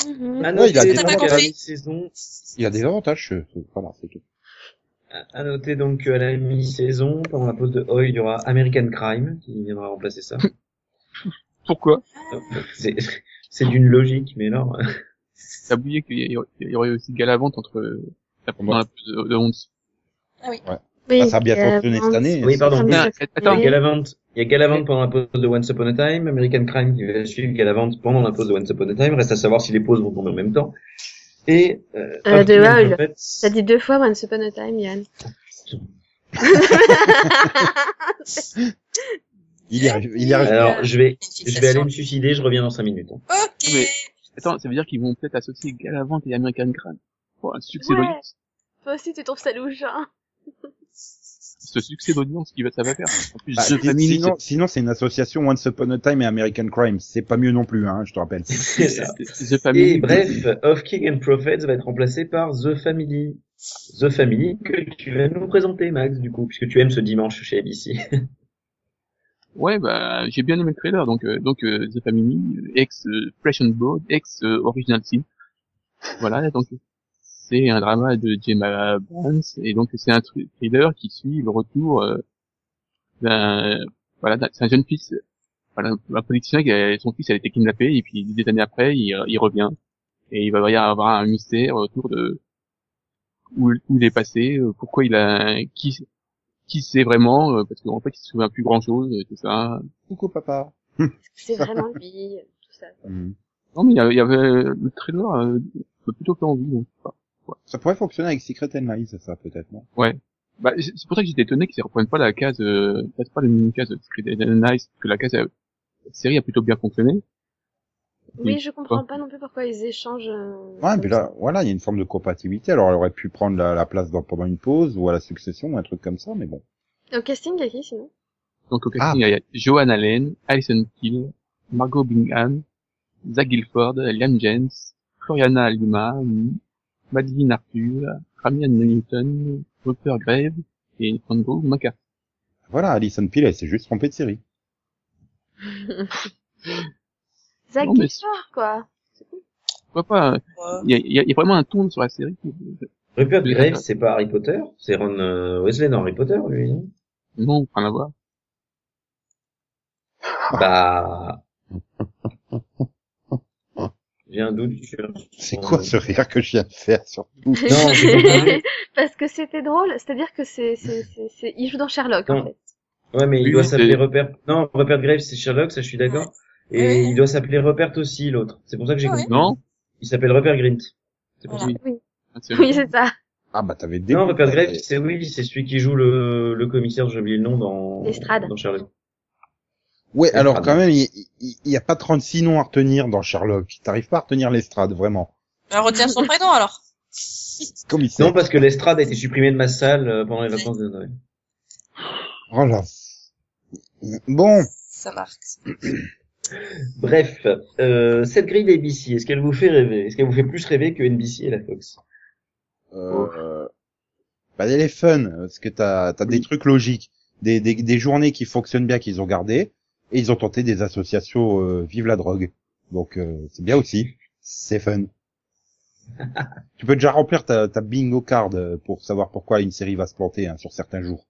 [SPEAKER 3] Mhm.
[SPEAKER 1] À
[SPEAKER 2] Ouais, il a
[SPEAKER 1] noter
[SPEAKER 2] des
[SPEAKER 1] donc
[SPEAKER 4] avantages.
[SPEAKER 1] à la mi-saison,
[SPEAKER 2] Il a des avantages, ce- ce- voilà, c'est tout.
[SPEAKER 1] à noter donc qu'à la mi-saison, pendant la pause de Oil, il y aura American Crime qui viendra remplacer ça.
[SPEAKER 5] Pourquoi
[SPEAKER 1] C'est c'est d'une logique, mais alors.
[SPEAKER 5] T'as oublié qu'il y, a- il y aurait aussi Galavante entre euh, la
[SPEAKER 2] Moi.
[SPEAKER 5] dans la de, de Once.
[SPEAKER 3] Oui,
[SPEAKER 2] Ah, ça a bien
[SPEAKER 3] euh,
[SPEAKER 2] fonctionné cette année. hein.
[SPEAKER 1] Oui, pardon.
[SPEAKER 3] ça me
[SPEAKER 5] Ah,
[SPEAKER 3] choque.
[SPEAKER 5] attends.
[SPEAKER 1] Il y a
[SPEAKER 3] Mais-
[SPEAKER 1] Galavant, il y a Galavant pendant la pause de Once Upon a Time, American Crime qui va suivre Galavant pendant la pause de Once Upon a Time. Reste à savoir si les pauses vont tomber en même temps. Et euh, Of
[SPEAKER 3] Euh,
[SPEAKER 1] King
[SPEAKER 3] de
[SPEAKER 1] and
[SPEAKER 3] Oil.
[SPEAKER 1] Prophets-
[SPEAKER 3] T'as dit deux fois Once Upon a Time, Yann.
[SPEAKER 2] Il y arrive, il y arrive.
[SPEAKER 1] Alors, je vais,
[SPEAKER 4] Une
[SPEAKER 1] je vais aller
[SPEAKER 4] fixation.
[SPEAKER 1] me suicider. Je reviens dans cinq minutes. hein.
[SPEAKER 4] Ok.
[SPEAKER 5] Mais- Attends, ça veut dire qu'ils vont peut-être associer Galavante et American Crime. Oh, un succès
[SPEAKER 3] Ouais.
[SPEAKER 5] d'audience.
[SPEAKER 3] Toi aussi, tu trouves ça louche. Hein
[SPEAKER 5] Ce succès d'audience, qui va, ça va faire. En plus,
[SPEAKER 2] Bah,
[SPEAKER 5] The
[SPEAKER 2] si-
[SPEAKER 5] Family,
[SPEAKER 2] sinon, sinon c'est une association Once Upon a Time et American Crime. C'est pas mieux non plus, hein, je te rappelle.
[SPEAKER 1] C'est ça.
[SPEAKER 5] The
[SPEAKER 1] Et
[SPEAKER 5] Family.
[SPEAKER 1] bref, Of King and Prophets va être remplacé par The Family. The Family que tu vas nous présenter, Max, du coup, puisque tu aimes ce dimanche chez ABC.
[SPEAKER 5] Ouais, bah, j'ai bien aimé le trailer, donc, euh, donc euh, The Family, euh, ex euh, Flesh and Blood, ex euh, Original Sin. Voilà, donc c'est un drama de Gemma Barnes, et donc c'est un thr- thriller qui suit le retour euh, d'un, voilà, d'un- c'est un jeune fils, voilà, un politicien, qui a- son fils a été kidnappé, et puis des années après, il, il revient, et il va y avoir un mystère autour de où, où il est passé, euh, pourquoi il a, qui, qui sait vraiment, euh, parce qu'en fait, il se souvient plus grand chose, tout ça.
[SPEAKER 2] Coucou papa.
[SPEAKER 3] C'est vraiment lui. euh, tout ça.
[SPEAKER 2] Mhm.
[SPEAKER 5] Non, mais il y a- il y avait le trailer, euh, m'a plutôt fait envie. donc, je sais pas.
[SPEAKER 2] Ça pourrait fonctionner avec Secret Enemy, ça, ça peut-être, non
[SPEAKER 5] Bah, c'est c'est pour ça que j'étais étonné qu'ils ne reprennent pas la case, euh, ils passent pas la même case de Secret Nice, parce que la case, euh, la série a plutôt bien fonctionné.
[SPEAKER 3] Oui, je comprends pas non plus pourquoi ils échangent. euh,
[SPEAKER 2] Ouais,
[SPEAKER 3] comme
[SPEAKER 2] mais
[SPEAKER 3] ça.
[SPEAKER 2] là, voilà, il y a une forme de compatibilité. Alors, elle aurait pu prendre la, la place dans, pendant une pause ou à la succession ou un truc comme ça, mais bon.
[SPEAKER 3] Au casting, il y a qui sinon
[SPEAKER 5] Donc au casting, il y a Joan Allen, Alison Keel, Margot Bingham, Zach Guilford, Liam Jens, Floriana Lima, Madeline Arthur, Ramian Newton, Rupert Graves et Andrew McCarthy.
[SPEAKER 2] Voilà, Alison Peel, elle s'est juste trompée de série.
[SPEAKER 3] Zach
[SPEAKER 5] Non, mais-
[SPEAKER 3] Gilford, quoi.
[SPEAKER 5] Pourquoi pas
[SPEAKER 4] Ouais.
[SPEAKER 5] euh, Il y a, il y a- il y a vraiment un ton sur la série. qui-
[SPEAKER 1] Rupert
[SPEAKER 5] Oui,
[SPEAKER 1] Graves,
[SPEAKER 5] d'accord.
[SPEAKER 1] c'est pas Harry Potter C'est Ron euh, Weasley dans Harry Potter, lui hein. non
[SPEAKER 5] Non, rien à voir. Ah.
[SPEAKER 1] Bah... J'ai un doute sur...
[SPEAKER 2] C'est quoi ce rire que je viens de faire, surtout?
[SPEAKER 1] Non, j'ai pas parlé.
[SPEAKER 3] Parce que c'était drôle, c'est-à-dire que c'est, c'est, c'est, c'est- il joue dans Sherlock en
[SPEAKER 1] Non.
[SPEAKER 3] fait.
[SPEAKER 1] Ouais, mais il
[SPEAKER 5] Oui,
[SPEAKER 1] doit
[SPEAKER 5] oui,
[SPEAKER 1] s'appeler
[SPEAKER 5] c'est-
[SPEAKER 1] Rupert... Non, Rupert Graves, c'est Sherlock, ça je suis d'accord.
[SPEAKER 4] Ouais.
[SPEAKER 1] Et il doit s'appeler Rupert aussi, l'autre. C'est pour ça que j'ai
[SPEAKER 4] Ouais.
[SPEAKER 1] compris.
[SPEAKER 5] Non
[SPEAKER 1] Il s'appelle Rupert Grint. C'est pour
[SPEAKER 4] Voilà.
[SPEAKER 1] ça.
[SPEAKER 5] Oui.
[SPEAKER 3] Oui.
[SPEAKER 5] Ah, c'est
[SPEAKER 3] Oui,
[SPEAKER 5] vrai.
[SPEAKER 3] c'est ça.
[SPEAKER 2] Ah, bah, t'avais des...
[SPEAKER 1] Non, Rupert Graves, c'est oui, c'est celui qui joue le, le commissaire, j'ai oublié le nom, dans,
[SPEAKER 3] Lestrade.
[SPEAKER 1] dans Sherlock.
[SPEAKER 2] Ouais,
[SPEAKER 1] Lestrade.
[SPEAKER 2] alors, quand même, il il- il y, a pas 36 noms à retenir dans Sherlock. T'arrives pas à retenir l'estrade, vraiment.
[SPEAKER 4] Bah, retire son prénom alors.
[SPEAKER 2] Commissaire.
[SPEAKER 1] Non, parce que Lestrade a été supprimé de ma salle euh, pendant les vacances de Noël.
[SPEAKER 2] Voilà. Bon.
[SPEAKER 4] Ça marque.
[SPEAKER 1] Bref, euh, cette grille d'ABC, est-ce qu'elle vous fait rêver Est-ce qu'elle vous fait plus rêver que NBC et la Fox
[SPEAKER 2] Euh, bah, elle est fun, parce que t'as as des
[SPEAKER 1] Oui.
[SPEAKER 2] trucs logiques, des, des, des journées qui fonctionnent bien qu'ils ont gardées, et ils ont tenté des associations euh, Vive la drogue. Donc euh, c'est bien aussi, c'est fun. tu peux déjà remplir ta, ta bingo card euh, pour savoir pourquoi une série va se planter hein, sur certains jours.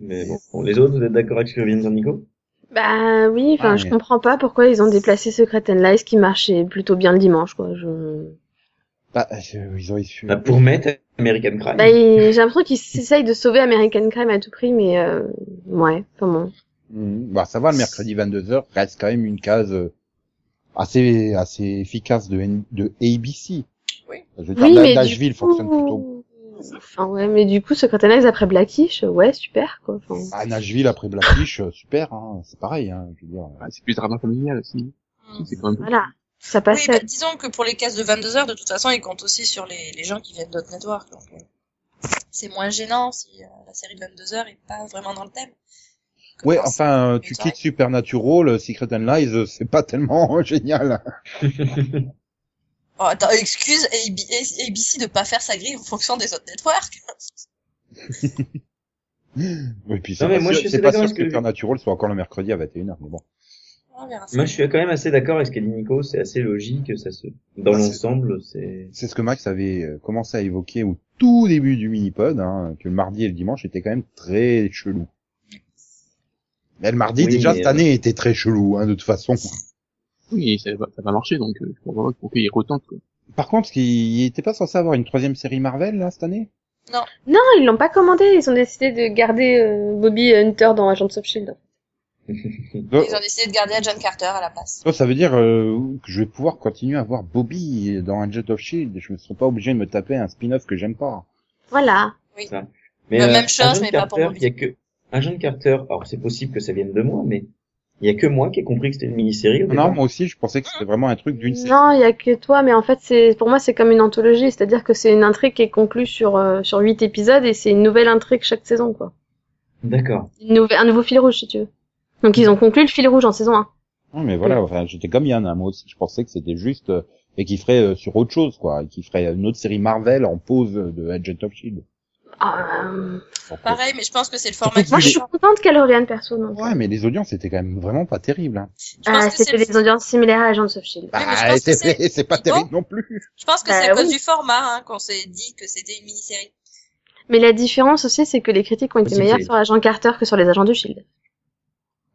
[SPEAKER 1] Mais bon, bon, les autres, vous êtes d'accord avec ce que vient de dire Nico
[SPEAKER 3] Bah oui, enfin,
[SPEAKER 2] Ah,
[SPEAKER 3] je
[SPEAKER 2] mais-
[SPEAKER 3] comprends pas pourquoi ils ont déplacé Secret and Lies qui marchait plutôt bien le dimanche, quoi. Je...
[SPEAKER 2] Bah, euh, ils ont eu...
[SPEAKER 1] bah, Pour mettre American Crime.
[SPEAKER 3] Bah, il- j'ai l'impression qu'ils essayent de sauver American Crime à tout prix, mais euh... ouais, comment
[SPEAKER 2] Mhm. Bah ça va, le mercredi 22h reste quand même une case euh, assez assez efficace de N- de ABC.
[SPEAKER 4] Oui.
[SPEAKER 2] Je veux dire,
[SPEAKER 3] Oui,
[SPEAKER 2] Da-
[SPEAKER 3] mais
[SPEAKER 2] Nashville
[SPEAKER 3] du coup...
[SPEAKER 2] fonctionne plutôt.
[SPEAKER 3] Enfin ouais, mais du coup, Secret and Lies après Blackish, ouais, super, quoi. Enfin,
[SPEAKER 2] Ah, Nashville après Blackish, euh, super, hein, c'est pareil. Hein, je veux dire.
[SPEAKER 5] Ah, c'est plus drama familial aussi.
[SPEAKER 4] Hmm.
[SPEAKER 5] C'est quand même
[SPEAKER 3] voilà, ça
[SPEAKER 4] Oui,
[SPEAKER 3] passe
[SPEAKER 4] bah, disons que pour les cases de 22 heures, de toute façon, ils comptent aussi sur les, les gens qui viennent d'autres networks. Donc, euh, c'est moins gênant si euh, la série de 22 heures est pas vraiment dans le thème. Que
[SPEAKER 2] Ouais,
[SPEAKER 4] pense-
[SPEAKER 2] enfin, euh, tu
[SPEAKER 4] Mais c'est vrai
[SPEAKER 2] quittes Supernatural, euh, Secret and Lies, euh, c'est pas tellement euh, génial. hein.
[SPEAKER 4] Oh, attends, excuse AB ABC de pas faire sa grille en fonction des autres networks.
[SPEAKER 2] Oui, puis c'est
[SPEAKER 1] Non, mais
[SPEAKER 2] pas
[SPEAKER 1] moi, je suis
[SPEAKER 2] sûr, c'est
[SPEAKER 1] assez
[SPEAKER 2] pas
[SPEAKER 1] d'accord
[SPEAKER 2] sûr
[SPEAKER 1] avec
[SPEAKER 2] que
[SPEAKER 1] ce que-
[SPEAKER 2] Supernatural soit encore le mercredi à 21h. Mais bon.
[SPEAKER 4] On verra ça.
[SPEAKER 1] Moi, je suis quand même assez d'accord avec ce qu'a dit Nico, c'est assez logique, ça se, dans
[SPEAKER 2] Bah, c'est-
[SPEAKER 1] l'ensemble, c'est,
[SPEAKER 2] C'est ce que Max avait euh, commencé à évoquer au tout début du mini-pod, hein, que le mardi et le dimanche étaient quand même très chelou. Mais le mardi,
[SPEAKER 1] Oui,
[SPEAKER 2] déjà,
[SPEAKER 1] mais,
[SPEAKER 2] cette
[SPEAKER 1] euh,
[SPEAKER 2] année était très chelou, hein, de toute façon.
[SPEAKER 5] Oui, ça va, ça va marcher, donc euh, je comprends pas pourquoi ils retentent. quoi.
[SPEAKER 2] Par contre, il était pas censé avoir une troisième série Marvel, là, cette année
[SPEAKER 3] Non, ils l'ont pas commandé, ils ont décidé de garder euh, Bobby Hunter dans Agents of Shield.
[SPEAKER 1] Euh,
[SPEAKER 2] Donc,
[SPEAKER 4] Ils ont décidé de garder à John Carter à la place.
[SPEAKER 2] Ça, ça veut dire euh, que je vais pouvoir continuer à voir Bobby dans Agent of Shield. E Je ne serai pas obligé de me taper un spin-off que j'aime pas.
[SPEAKER 3] Voilà.
[SPEAKER 1] Mais euh,
[SPEAKER 4] La même chose,
[SPEAKER 1] Agent
[SPEAKER 4] mais pas
[SPEAKER 1] Carter,
[SPEAKER 4] pour Bobby.
[SPEAKER 1] Il y a que Agent Carter. Alors c'est possible que ça vienne de moi, mais il y a que moi qui ai compris que c'était une mini-série. au
[SPEAKER 2] Non,
[SPEAKER 1] départ.
[SPEAKER 2] moi aussi, je pensais que c'était vraiment un truc d'une série.
[SPEAKER 3] Non, il y a que toi, mais en fait, c'est pour moi, c'est comme une anthologie, c'est-à-dire que c'est une intrigue qui est conclue sur euh, sur huit épisodes et c'est une nouvelle intrigue chaque saison, quoi.
[SPEAKER 1] D'accord.
[SPEAKER 3] Une nouvelle, un nouveau fil rouge, si tu veux. Donc ils ont conclu le fil rouge en saison 1.
[SPEAKER 2] Non, mais voilà, enfin, j'étais comme Yann, hein, moi aussi, je pensais que c'était juste euh, et qu'il ferait euh, sur autre chose, quoi, et qu'il ferait une autre série Marvel en pause euh, de Agent of Shield.
[SPEAKER 3] Ah, euh,
[SPEAKER 2] Donc, euh,
[SPEAKER 4] Pareil, mais je pense que c'est le format qui
[SPEAKER 3] Moi, je suis
[SPEAKER 4] change.
[SPEAKER 3] contente qu'elle revienne perso. Donc.
[SPEAKER 2] Ouais, mais les audiences étaient quand même vraiment pas terribles. Hein.
[SPEAKER 4] Je pense
[SPEAKER 3] Ah,
[SPEAKER 4] que c'est
[SPEAKER 3] c'était
[SPEAKER 4] le-
[SPEAKER 3] des audiences similaires à Agents of Shield.
[SPEAKER 4] Oui, mais je
[SPEAKER 2] Bah,
[SPEAKER 4] pense que
[SPEAKER 2] c'est c'est pas
[SPEAKER 4] Nico
[SPEAKER 2] terrible non plus.
[SPEAKER 4] je pense que
[SPEAKER 3] Bah
[SPEAKER 4] c'est à
[SPEAKER 3] oui.
[SPEAKER 4] cause du format hein, qu'on s'est dit que c'était une mini-série.
[SPEAKER 3] Mais la différence aussi, c'est que les critiques ont été
[SPEAKER 1] Aussi,
[SPEAKER 3] meilleures
[SPEAKER 1] c'est-
[SPEAKER 3] sur Agent Carter que sur les Agents du Shield.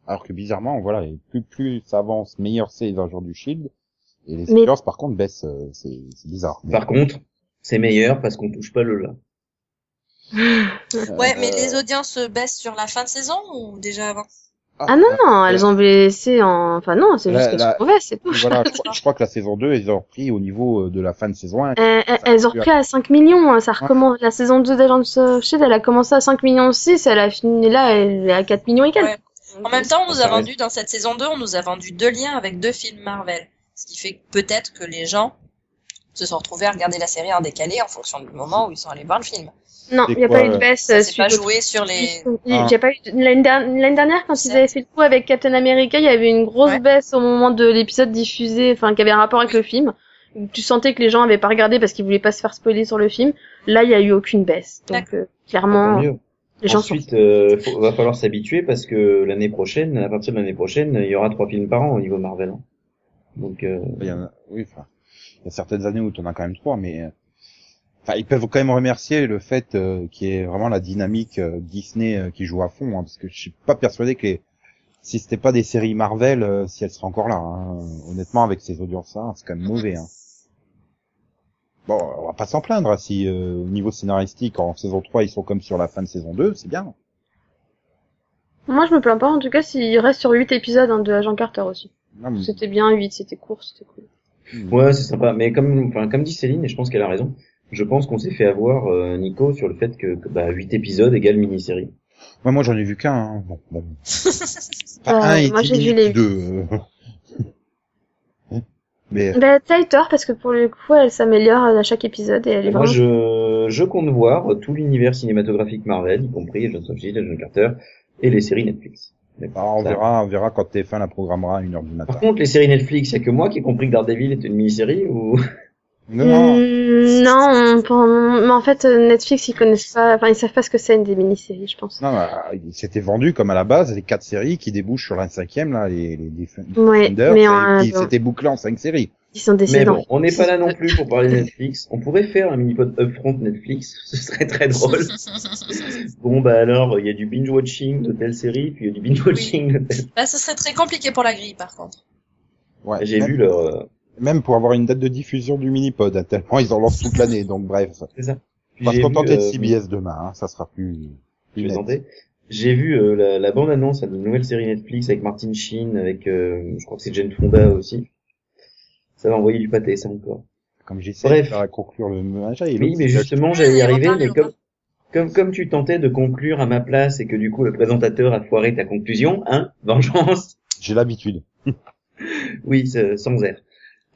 [SPEAKER 2] Alors que bizarrement, voilà, et plus plus ça avance, meilleur c'est les Agents du Shield. E Et les
[SPEAKER 3] Mais-
[SPEAKER 2] audiences, par contre, baissent. euh, c'est c'est bizarre.
[SPEAKER 1] Par contre, c'est meilleur parce qu'on touche pas le là.
[SPEAKER 4] Ouais,
[SPEAKER 2] Euh,
[SPEAKER 1] euh,
[SPEAKER 4] mais les audiences baissent sur la fin de saison ou déjà avant
[SPEAKER 3] Ah non,
[SPEAKER 2] euh,
[SPEAKER 3] non, elles ont blessé en... Enfin non, c'est
[SPEAKER 2] La-
[SPEAKER 3] juste qu'elles
[SPEAKER 2] la-
[SPEAKER 3] sont mauvaises, c'est tout.
[SPEAKER 2] Voilà, je, crois, je crois que la saison 2, ils ont repris au niveau euh, de la fin de saison 1.
[SPEAKER 3] Euh, euh, elles ont repris à 5 millions, hein, ça recommence. La saison 2 d'Agence of Shield, E elle a commencé à 5 millions 6, elle a fini là, elle est à 4 millions et quelques.
[SPEAKER 4] Ouais. En même temps, on nous
[SPEAKER 1] Ça
[SPEAKER 4] a
[SPEAKER 1] reste-
[SPEAKER 4] vendu dans cette saison 2, on nous a vendu deux liens avec deux films Marvel. Ce qui fait que peut-être que les gens se sont retrouvés à regarder la série en décalé en fonction du moment où ils sont allés voir le film.
[SPEAKER 3] Non,
[SPEAKER 2] C'est
[SPEAKER 3] il n'y a
[SPEAKER 2] quoi,
[SPEAKER 3] pas eu de
[SPEAKER 2] euh,
[SPEAKER 3] baisse.
[SPEAKER 4] Ça
[SPEAKER 3] euh,
[SPEAKER 4] s'est pas
[SPEAKER 3] suite au-
[SPEAKER 4] joué sur les...
[SPEAKER 3] Il-
[SPEAKER 2] Ah.
[SPEAKER 3] j'ai pas eu de- L'année dernière, l'année dernière, quand ils
[SPEAKER 4] C'est-
[SPEAKER 3] avaient fait le coup avec Captain America, il y avait une grosse
[SPEAKER 4] Ouais.
[SPEAKER 3] baisse au moment de l'épisode diffusé, enfin qui avait un rapport avec le film. Tu sentais que les gens avaient pas regardé parce qu'ils voulaient pas se faire spoiler sur le film. Là, il y a eu aucune baisse. Donc euh,
[SPEAKER 1] Tant
[SPEAKER 3] clairement,
[SPEAKER 1] mieux.
[SPEAKER 3] les gens sont
[SPEAKER 1] Ensuite, euh, faut- va falloir s'habituer parce que l'année prochaine, à partir de l'année prochaine, il y aura trois films par an au niveau Marvel. hein. Donc, euh,
[SPEAKER 2] Il y en a, oui, enfin, il y a certaines années où t'en as quand même trois, mais euh, enfin, ils peuvent quand même remercier le fait euh, qu'il y ait vraiment la dynamique euh, Disney euh, qui joue à fond, hein, parce que je suis pas persuadé que les- si c'était pas des séries Marvel, euh, si elles seraient encore là. hein. Honnêtement, avec ces audiences-là, c'est quand même mauvais. hein. Bon, on va pas s'en plaindre hein, si euh, au niveau scénaristique, en saison 3, ils sont comme sur la fin de saison 2, c'est bien.
[SPEAKER 3] Moi, je me plains pas. En tout cas, s'il reste sur 8 épisodes hein, de Agent Carter aussi.
[SPEAKER 2] Non, mais-
[SPEAKER 3] C'était bien 8, c'était court, c'était cool.
[SPEAKER 1] ouais, c'est sympa. Mais comme, enfin, comme dit Céline, et je pense qu'elle a raison, je pense qu'on s'est fait avoir, euh, Nico, sur le fait que, que, bah, huit épisodes égale mini-série.
[SPEAKER 2] Ouais, moi, j'en ai vu qu'un. hein. Bon, bon.
[SPEAKER 3] Euh,
[SPEAKER 2] Enfin, un et
[SPEAKER 3] moi, j'ai
[SPEAKER 2] dix
[SPEAKER 3] vu
[SPEAKER 2] minutes,
[SPEAKER 3] les-
[SPEAKER 2] deux. euh. mais
[SPEAKER 3] Bah, t'as eu tort parce que pour le coup, elle s'améliore euh, à chaque épisode et elle est
[SPEAKER 1] Moi,
[SPEAKER 3] vraiment.
[SPEAKER 1] je, je compte voir tout l'univers cinématographique Marvel, y compris John of Shield, John Carter, et les séries Netflix.
[SPEAKER 2] Alors, bah, on
[SPEAKER 1] Ça.
[SPEAKER 2] verra, on verra quand TF1 la programmera à 1h du matin.
[SPEAKER 1] Par contre, les séries Netflix, il y a que moi qui ai compris que Daredevil était une mini-série ou...
[SPEAKER 2] Non, non,
[SPEAKER 3] Mm, non, on pen- mais en fait, euh, Netflix, ils connaissent pas, enfin, ils savent pas ce que c'est une des mini-séries, je pense.
[SPEAKER 2] non, bah, il s'était vendu comme à la base, les quatre séries qui débouchent sur la cinquième, là, les, les Defenders,
[SPEAKER 3] Ouais, mais en- euh,
[SPEAKER 2] et qui
[SPEAKER 3] bon,
[SPEAKER 2] s'étaient bouclés en cinq séries.
[SPEAKER 3] ils sont
[SPEAKER 1] Mais
[SPEAKER 3] décédés.
[SPEAKER 1] bon, on n'est pas là non plus pour parler de Netflix. On pourrait faire un mini-pod upfront Netflix, ce serait très drôle. Bon, bah alors, il y a du binge-watching de telle série, puis il y a du binge-watching de telle...
[SPEAKER 4] Là, Bah, ce serait très compliqué pour la grille, par contre.
[SPEAKER 2] Ouais,
[SPEAKER 1] J'ai
[SPEAKER 2] même,
[SPEAKER 1] vu leur... euh,
[SPEAKER 2] Même pour avoir une date de diffusion du mini-pod, hein, tellement ils en lancent toute l'année, donc bref. On va
[SPEAKER 1] j'ai
[SPEAKER 2] se contenter
[SPEAKER 1] vu,
[SPEAKER 2] de
[SPEAKER 1] euh,
[SPEAKER 2] CBS demain, hein, ça sera plus...
[SPEAKER 1] Je
[SPEAKER 2] plus
[SPEAKER 1] vais
[SPEAKER 2] net.
[SPEAKER 1] tenter. J'ai vu euh, la, la bande-annonce à une nouvelle série Netflix avec Martin Sheen, avec... euh, je crois que c'est Jane Fonda aussi. Ça va envoyer du pâté, ça encore.
[SPEAKER 2] Comme j'essaie
[SPEAKER 1] Bref.
[SPEAKER 2] de faire à conclure le match. et
[SPEAKER 1] Oui,
[SPEAKER 2] l'autre,
[SPEAKER 1] mais
[SPEAKER 2] c'est-
[SPEAKER 1] justement,
[SPEAKER 4] Ah,
[SPEAKER 1] j'allais y
[SPEAKER 4] on en
[SPEAKER 1] arriver,
[SPEAKER 4] parle,
[SPEAKER 1] mais
[SPEAKER 4] on en
[SPEAKER 1] comme,
[SPEAKER 4] parle.
[SPEAKER 1] comme, comme tu tentais de conclure à ma place et que du coup le présentateur a foiré ta conclusion, hein, vengeance,
[SPEAKER 2] J'ai l'habitude.
[SPEAKER 1] oui, c'est- sans air.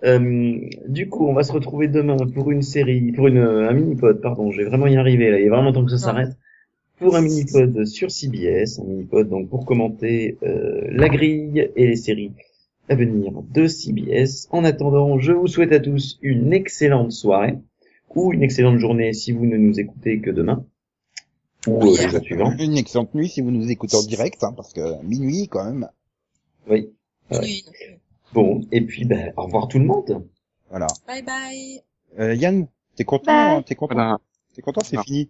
[SPEAKER 1] Euh, du coup, on va se retrouver demain pour une série, pour une, euh, un mini-pod, pardon, je vais vraiment y arriver, là, il est vraiment temps que ça s'arrête, pour un mini-pod sur CBS, un mini-pod donc pour commenter euh, la grille et les séries à venir de CBS. En attendant, je vous souhaite à tous une excellente soirée, ou une excellente journée si vous ne nous écoutez que demain, ou euh, les jours suivants.
[SPEAKER 2] Une excellente nuit si vous nous écoutez en direct, hein, parce que minuit quand même.
[SPEAKER 1] Oui. Ouais.
[SPEAKER 4] Oui, donc, euh,
[SPEAKER 1] Bon, et puis, ben, au revoir tout le monde.
[SPEAKER 2] Voilà.
[SPEAKER 4] Bye bye.
[SPEAKER 2] Euh, Yann, t'es content,
[SPEAKER 3] Bye.
[SPEAKER 2] hein, t'es content,
[SPEAKER 5] Voilà.
[SPEAKER 2] t'es content, c'est
[SPEAKER 5] Non.
[SPEAKER 2] fini.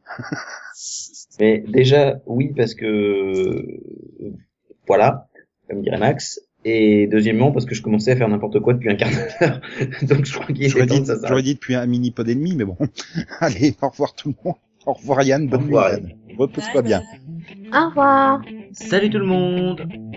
[SPEAKER 1] Mais déjà, oui, parce que euh, voilà, comme dirait Max. Et deuxièmement, parce que je commençais à faire n'importe quoi depuis un quart d'heure. Donc je crois qu'il
[SPEAKER 2] J'aurais
[SPEAKER 1] était temps
[SPEAKER 2] dit,
[SPEAKER 1] que ça
[SPEAKER 2] j'aurais
[SPEAKER 1] s'arrête.
[SPEAKER 2] dit depuis un mini pod et demi, mais bon. Allez, au revoir tout le monde. Au revoir Yann, bonne
[SPEAKER 1] Au
[SPEAKER 2] nuit.
[SPEAKER 1] revoir,
[SPEAKER 2] Yann. Repousse-toi
[SPEAKER 4] Bye
[SPEAKER 2] bien.
[SPEAKER 4] bye.
[SPEAKER 3] Au revoir.
[SPEAKER 1] Salut tout le monde